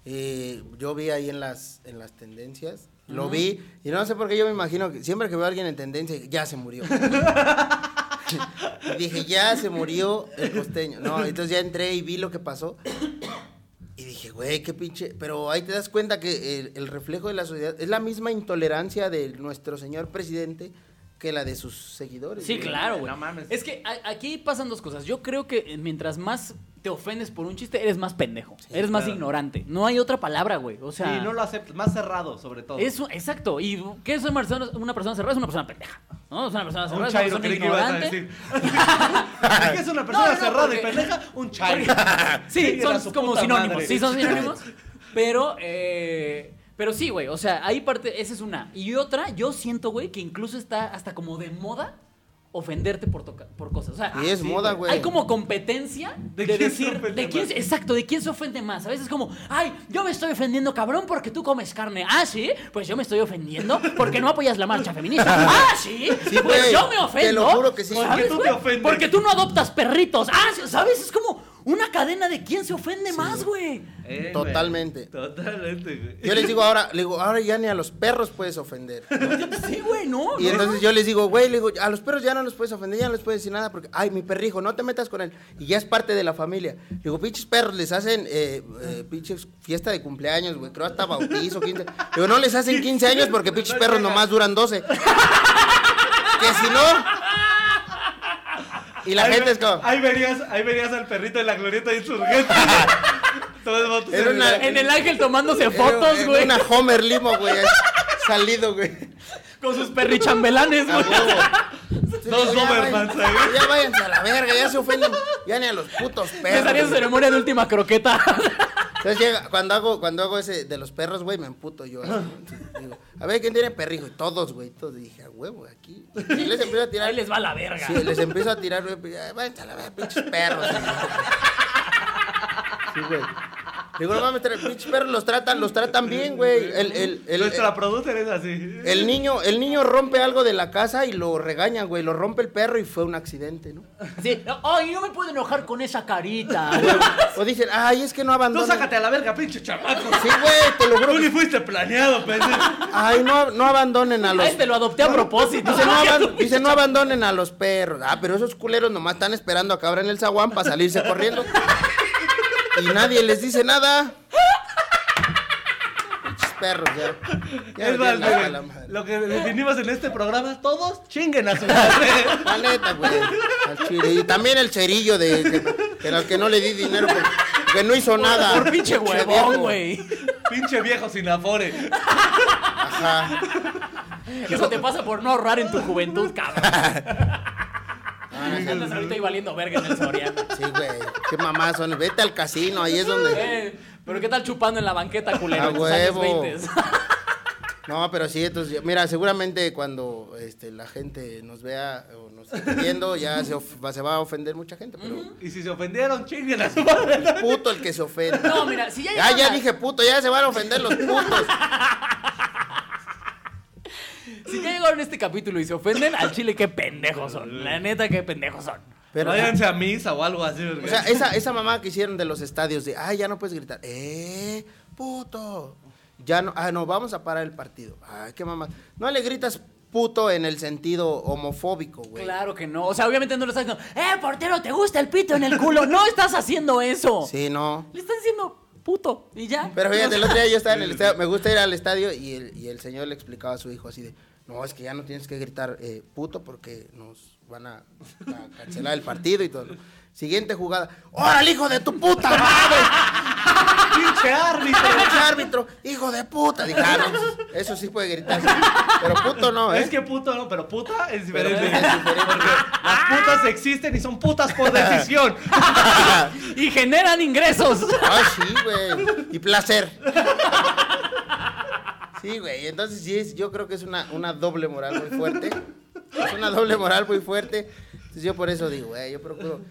S3: Eh, yo vi ahí en las, en las tendencias. Lo vi. Y no sé por qué yo me imagino que siempre que veo a alguien en tendencia, ya se murió. y dije, ya se murió el costeño. No, entonces ya entré y vi lo que pasó. Y dije, güey, qué pinche. Pero ahí te das cuenta que el, el reflejo de la sociedad es la misma intolerancia de nuestro señor presidente que la de sus seguidores.
S1: Sí,
S3: güey.
S1: claro, güey.
S2: No mames.
S1: Es que a- aquí pasan dos cosas. Yo creo que eh, mientras más te ofendes por un chiste, eres más pendejo. eres más
S2: claro.
S1: ignorante. No hay otra palabra, güey. O sea,
S2: Sí, no lo aceptas, más cerrado sobre todo.
S1: eso, exacto. ¿Y qué es una persona, una persona cerrada? Es una persona pendeja. ¿No? Es una persona cerrada,
S2: un
S1: es una
S2: chairo
S1: persona
S2: creí que ibas a
S1: ignorante.
S2: decir. ¿Es que es una persona
S1: No, no, no,
S2: cerrada y
S1: porque-
S2: pendeja? Un chairo.
S1: Sí,
S2: Chinguen a
S1: son
S2: su
S1: como
S2: puta
S1: sinónimos.
S2: madre.
S1: Sí, son sinónimos. Pero, eh, pero sí, güey. O sea, hay parte. Esa es una. Y otra, yo siento, güey, que incluso está hasta como de moda ofenderte por, toca- por cosas. O sea,
S3: Y es
S2: sí,
S3: moda,
S2: güey.
S3: güey.
S1: hay como competencia de,
S2: ¿De quién se
S1: decir
S2: ofende
S1: de quién
S2: más?
S1: exacto de quién se ofende más. A veces es como, ay, yo me estoy ofendiendo cabrón porque tú comes carne. Ah, sí, pues yo me estoy ofendiendo porque no apoyas la marcha feminista. Ah, sí,
S3: Sí,
S1: pues
S3: güey,
S1: yo me
S3: te lo
S1: ofendo.
S3: juro que sí.
S1: ¿sabes,
S2: Porque tú te
S1: güey?
S2: ofendes.
S1: Porque tú no adoptas perritos. Ah, sí, ¿sabes? Es como una cadena de quién se ofende más, güey.
S2: Eh, güey.
S3: Totalmente.
S2: Totalmente, güey.
S3: Yo les digo ahora, le digo, ahora ya ni a los perros puedes ofender.
S1: Sí, güey, no.
S3: Y
S1: no,
S3: entonces yo les digo, güey, le digo, a los perros ya no los puedes ofender, ya no les puedes decir nada, porque, ay, mi perrijo, no te metas con él. Y ya es parte de la familia. Le digo, pinches perros, les hacen eh, eh, pinches fiesta de cumpleaños, güey, creo hasta bautizo, 15. Le digo, no les hacen 15 años porque pinches perros nomás duran 12. que si no. Y la
S2: Ahí
S3: gente
S2: ve-
S3: es como.
S2: Ahí verías, ahí verías al perrito de la glorieta y insurgente. Todo el mundo se
S3: Era una-
S1: no. En el ángel tomándose fotos,
S3: eh,
S1: güey.
S3: Una Homer Limo, güey, salido, güey.
S1: Con sus perrichambelanes,
S3: A
S1: güey.
S3: Ah, huevo. Sí,
S2: Dos
S3: digo, ya
S2: Dobermans
S3: vayan-
S1: ¿eh?
S2: ahí.
S3: Ya váyanse a la verga, ya se ofenden. Ya ni a los putos
S1: Les haría su
S3: perros.
S1: ceremonia de última croqueta.
S3: Entonces llega, cuando hago, cuando hago ese de los perros, güey, me emputo yo. así, digo, a ver, ¿quién tiene perrijo? Y todos, güey, todos. Y dije, a huevo, aquí. Y les empiezo a tirar.
S1: Ahí les va la verga.
S3: Sí, les empiezo a tirar, güey. pues, ya, Váyanse a la verga, pinches perros. Sí, güey. Digo, no mames, tra- pinches perros los tratan, los tratan bien, güey. El, el, el,
S2: Nuestra producer es así.
S3: el niño, el niño rompe algo de la casa y lo regaña, güey. Lo rompe el perro y fue un accidente, ¿no?
S4: Sí. no, Ay, no me puedo enojar con esa carita.
S3: O dicen, ay, es que no
S2: Tú
S3: abandonan.
S2: sácate a la verga, pinche chamaco.
S3: Sí, güey, te lo juro.
S2: Tú ni
S3: que-
S2: fuiste planeado, pendejo.
S3: Ay, no, no abandonen a los.
S1: Ay, te lo adopté a propósito.
S3: Dice no, aban- dice, "No abandonen a los perros. Ah, pero esos culeros nomás están esperando a que abran el zaguán para salirse corriendo. Y nadie les dice nada. Pinches perros, ya. Ya
S2: Es
S3: me
S2: más,
S3: dieron la-
S2: miren,
S3: la madre.
S2: lo que definimos en este programa, todos chinguen a su madre.
S3: La neta, güey. al chile. Y también el cerillo de, que, que, al que no le di dinero porque, porque no hizo nada.
S1: Por pinche
S3: viejo.
S1: huevón, güey.
S2: Pinche viejo sin afore.
S3: Ajá.
S1: Eso te pasa por no ahorrar en tu juventud, cabrón.
S3: Ah, no,
S1: Andas ahorita ahí valiendo verga en el Soriana.
S3: Sí, güey. Qué mamás son. Vete al casino, ahí es donde.
S1: Eh, Pero qué tal chupando en la banqueta, culero.
S3: A
S1: en tus años
S3: huevo.
S1: 20s?
S3: No, pero sí, entonces, yo- mira, seguramente cuando este, la gente nos vea o nos esté viendo, ya se, of- va- se va a ofender mucha gente, pero
S2: Y si se ofendieron, chinguen a su madre.
S3: puto el que se ofende.
S1: No, mira, si ya
S3: ya, ya
S1: llegaron a-
S3: dije puto, ya se van a ofender los putos.
S1: Si ya llegaron a este capítulo y se ofenden, al chile qué pendejos son. La neta, qué pendejos son.
S3: Pero,
S2: Váyanse a misa o algo así.
S3: o sea, esa, esa mamá que hicieron de los estadios de, ay, ya no puedes gritar, eh, puto. Ya no, ah, no, vamos a parar el partido. Ay, qué mamá. No le gritas puto en el sentido homofóbico, güey.
S1: Claro que no. O sea, obviamente no lo estás diciendo, ¡eh, portero, te gusta el pito en el culo! ¡No estás haciendo eso!
S3: Sí, no.
S1: Le estás diciendo puto y ya.
S3: Pero fíjate, el otro día yo estaba en el estadio, me gusta ir al estadio y el, y el señor le explicaba a su hijo así de, no, es que ya no tienes que gritar eh, puto porque nos van a, a cancelar el partido y todo. ¿no? Siguiente jugada, ¡órale, hijo de tu puta madre!
S2: pinche árbitro.
S3: ¡Pinche árbitro! ¡Hijo de puta! Dije, "Ah, no, pues, eso sí puede gritar, pero puto no, ¿eh?
S2: Es que puto no, pero puta es
S3: Pero
S2: diferente.
S3: es diferente.
S2: Porque las putas existen y son putas por decisión.
S1: Y generan ingresos.
S3: Ah, sí, güey. Y placer. Sí, güey. Entonces, sí, es- yo creo que es una, una doble moral muy fuerte. Es una doble moral muy fuerte. Entonces, yo por eso digo, güey, yo procuro.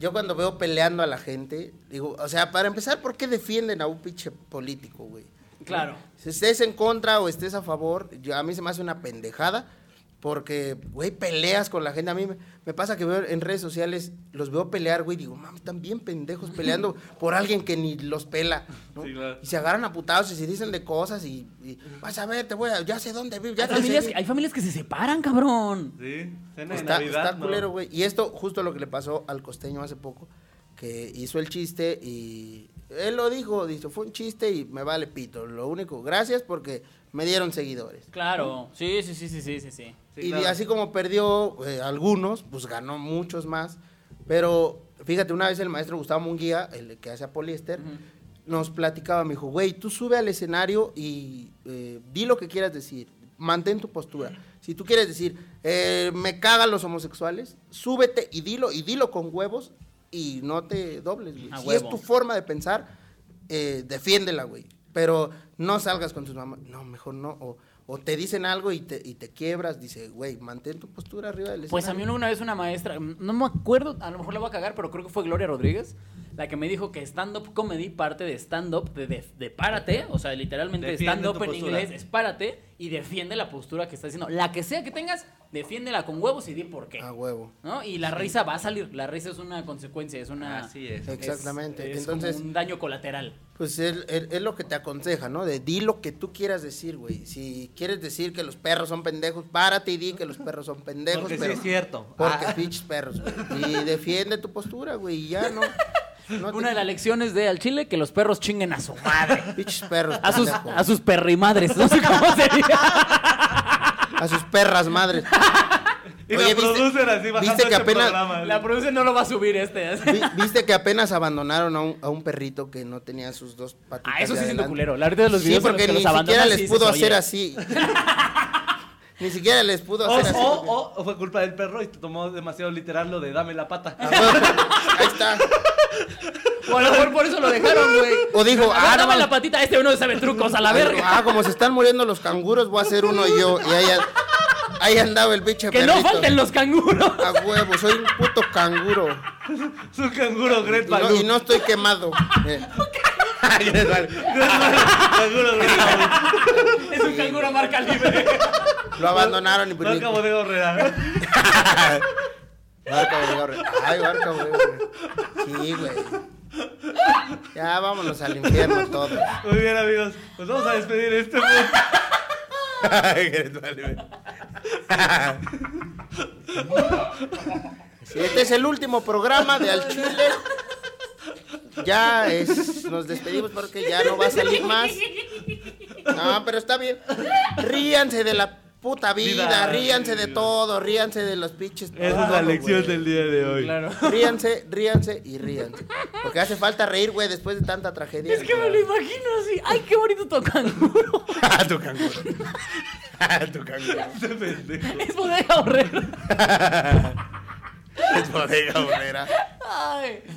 S3: Yo cuando veo peleando a la gente, digo, o sea, para empezar, ¿por qué defienden a un pinche político, güey?
S1: Claro.
S3: Si estés en contra o estés a favor, yo- a mí se me hace una pendejada. Porque, güey, peleas con la gente. A mí me, me pasa que veo en redes sociales, los veo pelear, güey. Digo, mami, están bien pendejos peleando por alguien que ni los pela. ¿no?
S2: Sí, claro.
S3: Y se agarran a putados y se dicen de cosas y, y, vas a ver, te voy a, ya sé dónde vivo, ya
S1: Hay
S3: te
S1: familias,
S3: seguí".
S1: hay familias que se separan, cabrón.
S2: Sí, cena de
S3: Está,
S2: Navidad.
S3: está
S2: ¿no?
S3: culero, güey. Y esto, justo lo que le pasó al costeño hace poco, que hizo el chiste y él lo dijo, dice, fue un chiste y me vale pito. Lo único, gracias porque me dieron seguidores.
S1: Claro. Sí, sí, sí, sí, sí, sí, sí.
S2: Sí,
S3: y
S2: claro.
S3: así como perdió eh, algunos, pues ganó muchos más. Pero fíjate, una vez el maestro Gustavo Munguía, el que hace a poliéster, nos platicaba, me dijo, güey, tú sube al escenario y eh, di lo que quieras decir, mantén tu postura. Si tú quieres decir, eh, me cagan los homosexuales, súbete y dilo, y dilo con huevos y no te dobles, güey.
S1: A
S3: Si
S1: huevo.
S3: es tu forma de pensar, eh, defiéndela, güey. Pero no salgas con tus mamás. No, mejor no. O, o te dicen algo y te, y te quiebras. Dice, güey, mantén tu postura arriba del
S1: Pues a mí
S3: escenario".
S1: una, una vez una maestra, mm, no me acuerdo, a lo mejor la voy a cagar, pero creo que fue Gloria Rodríguez, la que me dijo que stand-up comedy parte de stand-up, de, de, de párate, o sea, literalmente
S2: Defiende
S1: stand-up
S2: tu
S1: en
S2: postura.
S1: inglés es párate y defiende la postura que estás diciendo. La que sea que tengas, defiéndela con huevos y di por qué.
S3: A huevo.
S1: ¿no? Y la risa va a salir, la risa es una consecuencia, es una...
S2: Así es.
S3: Eh, Exactamente.
S1: es como
S3: Entonces,
S1: un daño colateral.
S3: pues él- él- es lo que te aconseja, ¿no? De di lo que tú quieras decir, güey. Si quieres decir que los perros son pendejos, párate y di que los perros son pendejos.
S2: Porque sí
S3: pero-
S2: es cierto.
S3: Porque
S2: Ah.
S3: pinches perros, güey. Y defiende tu postura, güey. Y ya no. no te-
S1: Una de las lecciones de al chile, que los perros chinguen a su madre.
S3: Pinches perros.
S1: A sus,
S3: pendejo.
S1: a sus perrimadres, no sé cómo sería.
S3: A sus perras madres.
S2: Y
S3: Oye,
S2: la producer así bajando
S3: viste
S2: este
S3: que apenas-
S2: programa.
S1: La produce no lo va a subir este.
S3: Vi- Viste que apenas abandonaron a un, a un perrito que no tenía sus dos patitas.
S1: Ah, eso
S3: de
S1: sí siento
S3: adelante.
S1: culero. La verdad de los
S3: sí,
S1: videos en los
S3: porque
S1: que
S3: ni
S1: los abandonan
S3: siquiera
S1: sí
S3: les
S1: dices,
S3: pudo
S1: "Oye".
S3: hacer así. ni siquiera les pudo
S2: O,
S3: hacer así.
S2: o- o fue culpa del perro y te tomó demasiado literal lo de dame la pata.
S3: A huevo. Ahí está.
S1: O a lo mejor por eso lo dejaron, güey.
S3: O dijo,
S1: A ver,
S3: ah, no
S1: dame
S3: mames.
S1: la patita, este uno sabe trucos a la
S3: Dijo,
S1: verga.
S3: Ah, como se están muriendo los canguros, voy a hacer uno yo. Y ahí, ahí andaba el bicho
S1: Que no
S3: perrito.
S1: falten los canguros.
S3: A huevo, soy un puto canguro.
S2: Su canguro Great
S3: Y no,
S2: Baloo.
S3: y no estoy quemado. Eh,
S2: Ay, es malo. Seguro,
S3: Ah,
S2: no,
S1: Es un canguro marca libre.
S3: Lo abandonaron y pues
S2: no acabo de gorrear.
S3: Barca Bodega Horrera. Ay, Barca Bodega Horrera. Sí, güey. Ya vámonos al infierno todos.
S2: Muy bien, amigos. Pues vamos a despedir
S3: Ah,
S2: este podcast.
S3: Ay, eres mal, güey. Sí, Este es el último programa de Al Chile. Ya es, nos despedimos porque ya no va a salir más. No, pero está bien. Ríanse de la puta vida,
S2: Vida.
S3: ríanse de todo, ríanse de los pinches.
S2: Esa es
S3: todo,
S2: la lección
S3: güey.
S2: del día de hoy.
S1: Claro.
S3: Ríanse, ríanse y ríanse. Porque hace falta reír, güey, después de tanta tragedia.
S1: Es que me lo imagino así. Ay, qué bonito tu canguro.
S3: Ah, tu canguro. Ah, tu canguro.
S2: Este pendejo.
S1: Es bodega horrera.
S3: Es bodega obrera.
S1: Ay.
S3: Ay,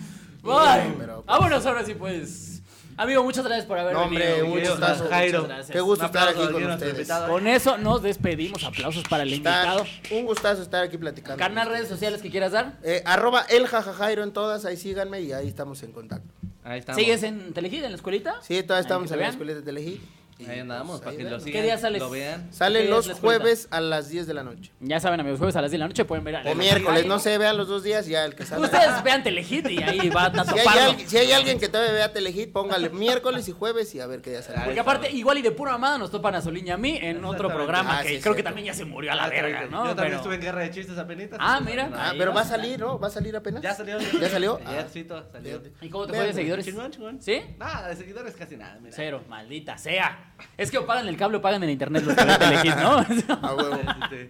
S1: Ay.
S3: pero-
S1: Vámonos ahora sí, pues. Amigo, muchas gracias por haber
S3: No, hombre,
S1: venido.
S3: un
S2: querido
S3: gustazo.
S2: Jairo.
S3: Muchas gracias. Qué gusto
S2: Un aplauso
S3: estar aquí
S2: aquí a
S3: con
S2: nuestro
S3: ustedes.
S2: invitado.
S1: Con eso nos despedimos. Aplausos para el
S3: Está-
S1: invitado.
S3: un gustazo estar aquí platicando.
S1: Carnal, redes sociales que quieras dar.
S3: Eh, arroba el jajajairo en todas, ahí síganme y ahí estamos en contacto.
S2: Ahí estamos.
S1: ¿Sigues en Telegida, en la escuelita?
S3: Sí, todavía
S1: Ahí
S3: estamos
S1: que
S3: en
S1: te
S3: la
S1: vean.
S3: escuela de Telejí.
S2: Ahí andamos, para que lo sigan.
S1: ¿Qué día sales?
S2: Lo vean.
S1: ¿Qué
S3: Salen los
S1: es la escuelita?
S3: jueves a las 10 de la noche.
S1: Ya saben, amigos, jueves a las 10 de la noche pueden ver a
S3: O miércoles, no sé, vean los dos días ya el que sale.
S1: Ustedes vean Telehit y ahí va a
S3: Si hay,
S1: taparlo.
S3: alguien- si hay alguien que todavía vea Telehit, póngale miércoles y jueves y a ver qué día sale.
S1: Porque aparte, igual y de pura mamada nos topan a Solín y a mí en otro
S2: Exactamente.
S1: programa
S3: Ah,
S1: que
S3: sí,
S1: creo
S3: es
S1: que
S3: cierto.
S1: también ya se murió a la verga, ¿no?
S2: Yo también
S1: Pero-
S2: estuve en guerra de chistes apenitas.
S1: Ah, mira.
S3: Ah,
S1: Ahí
S3: pero
S1: va.
S3: va a salir, ¿no? ¿Va a salir apenas?
S2: Ya salió.
S3: ¿Ya salió?
S2: Ya,
S3: Ah.
S2: sí, todo salió.
S1: ¿Y cómo te fue de
S3: Vean,
S1: seguidores?
S2: Chingón, chingón.
S1: ¿Sí?
S2: Nada, de seguidores casi nada, mira.
S1: Cero, maldita sea. Es que o pagan el cable o pagan el internet los que ven Telehit, ¿no?
S3: A huevo.
S2: Este,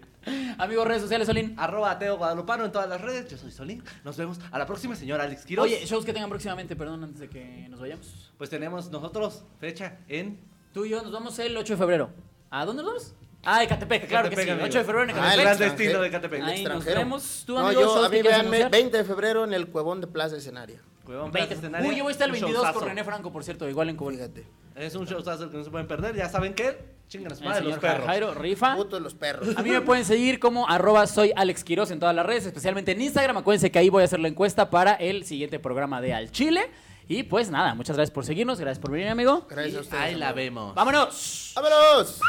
S1: Amigos, redes sociales, Solín.
S2: Arroba ateo guadalupano en todas las redes. Yo soy Solín. Nos vemos a la próxima, señor Alex Quiroz.
S1: Oye, shows que tengan próximamente, perdón, antes de que nos vayamos.
S2: pues tenemos nosotros fecha en.
S1: Tú y yo nos vamos el 8 de febrero. ¿A dónde nos vamos? Ah, Ecatepec, claro que sí.
S2: Ecatepec,
S1: 8 de febrero en
S3: Ah,
S1: Ecatepec.
S2: el
S3: el
S2: gran
S3: extranjero.
S2: destino de Catepec.
S1: Ahí nos vemos. Tú,
S3: No,
S1: amigo,
S3: yo,
S1: shows
S3: a
S1: que
S3: mí
S1: quieras
S3: véanme
S1: anunciar.
S3: 20 de febrero en el Cuevón de Plaza Escenaria.
S2: Huevón,
S1: 20.
S2: Plaza Escenaria,
S1: Uy, yo voy a estar el
S2: un
S1: 22 con
S2: showzazo.
S1: René Franco, por cierto, igual en Cobol.
S3: Fíjate.
S2: Es un showzazo el que no se pueden perder. Ya saben qué. Chingan las
S1: El
S2: madres los
S1: señor
S2: perros.
S1: Jairo Rifa.
S3: Puto de los perros.
S1: A mí me pueden seguir como arroba soy Alex Quiroz en todas las redes, especialmente en Instagram. Acuérdense que ahí voy a hacer la encuesta para el siguiente programa de Al Chile. Y pues nada, muchas gracias por seguirnos, gracias por venir, amigo.
S3: Gracias a ustedes.
S2: Ahí la
S3: amigo.
S2: vemos.
S1: ¡Vámonos!
S3: ¡Vámonos!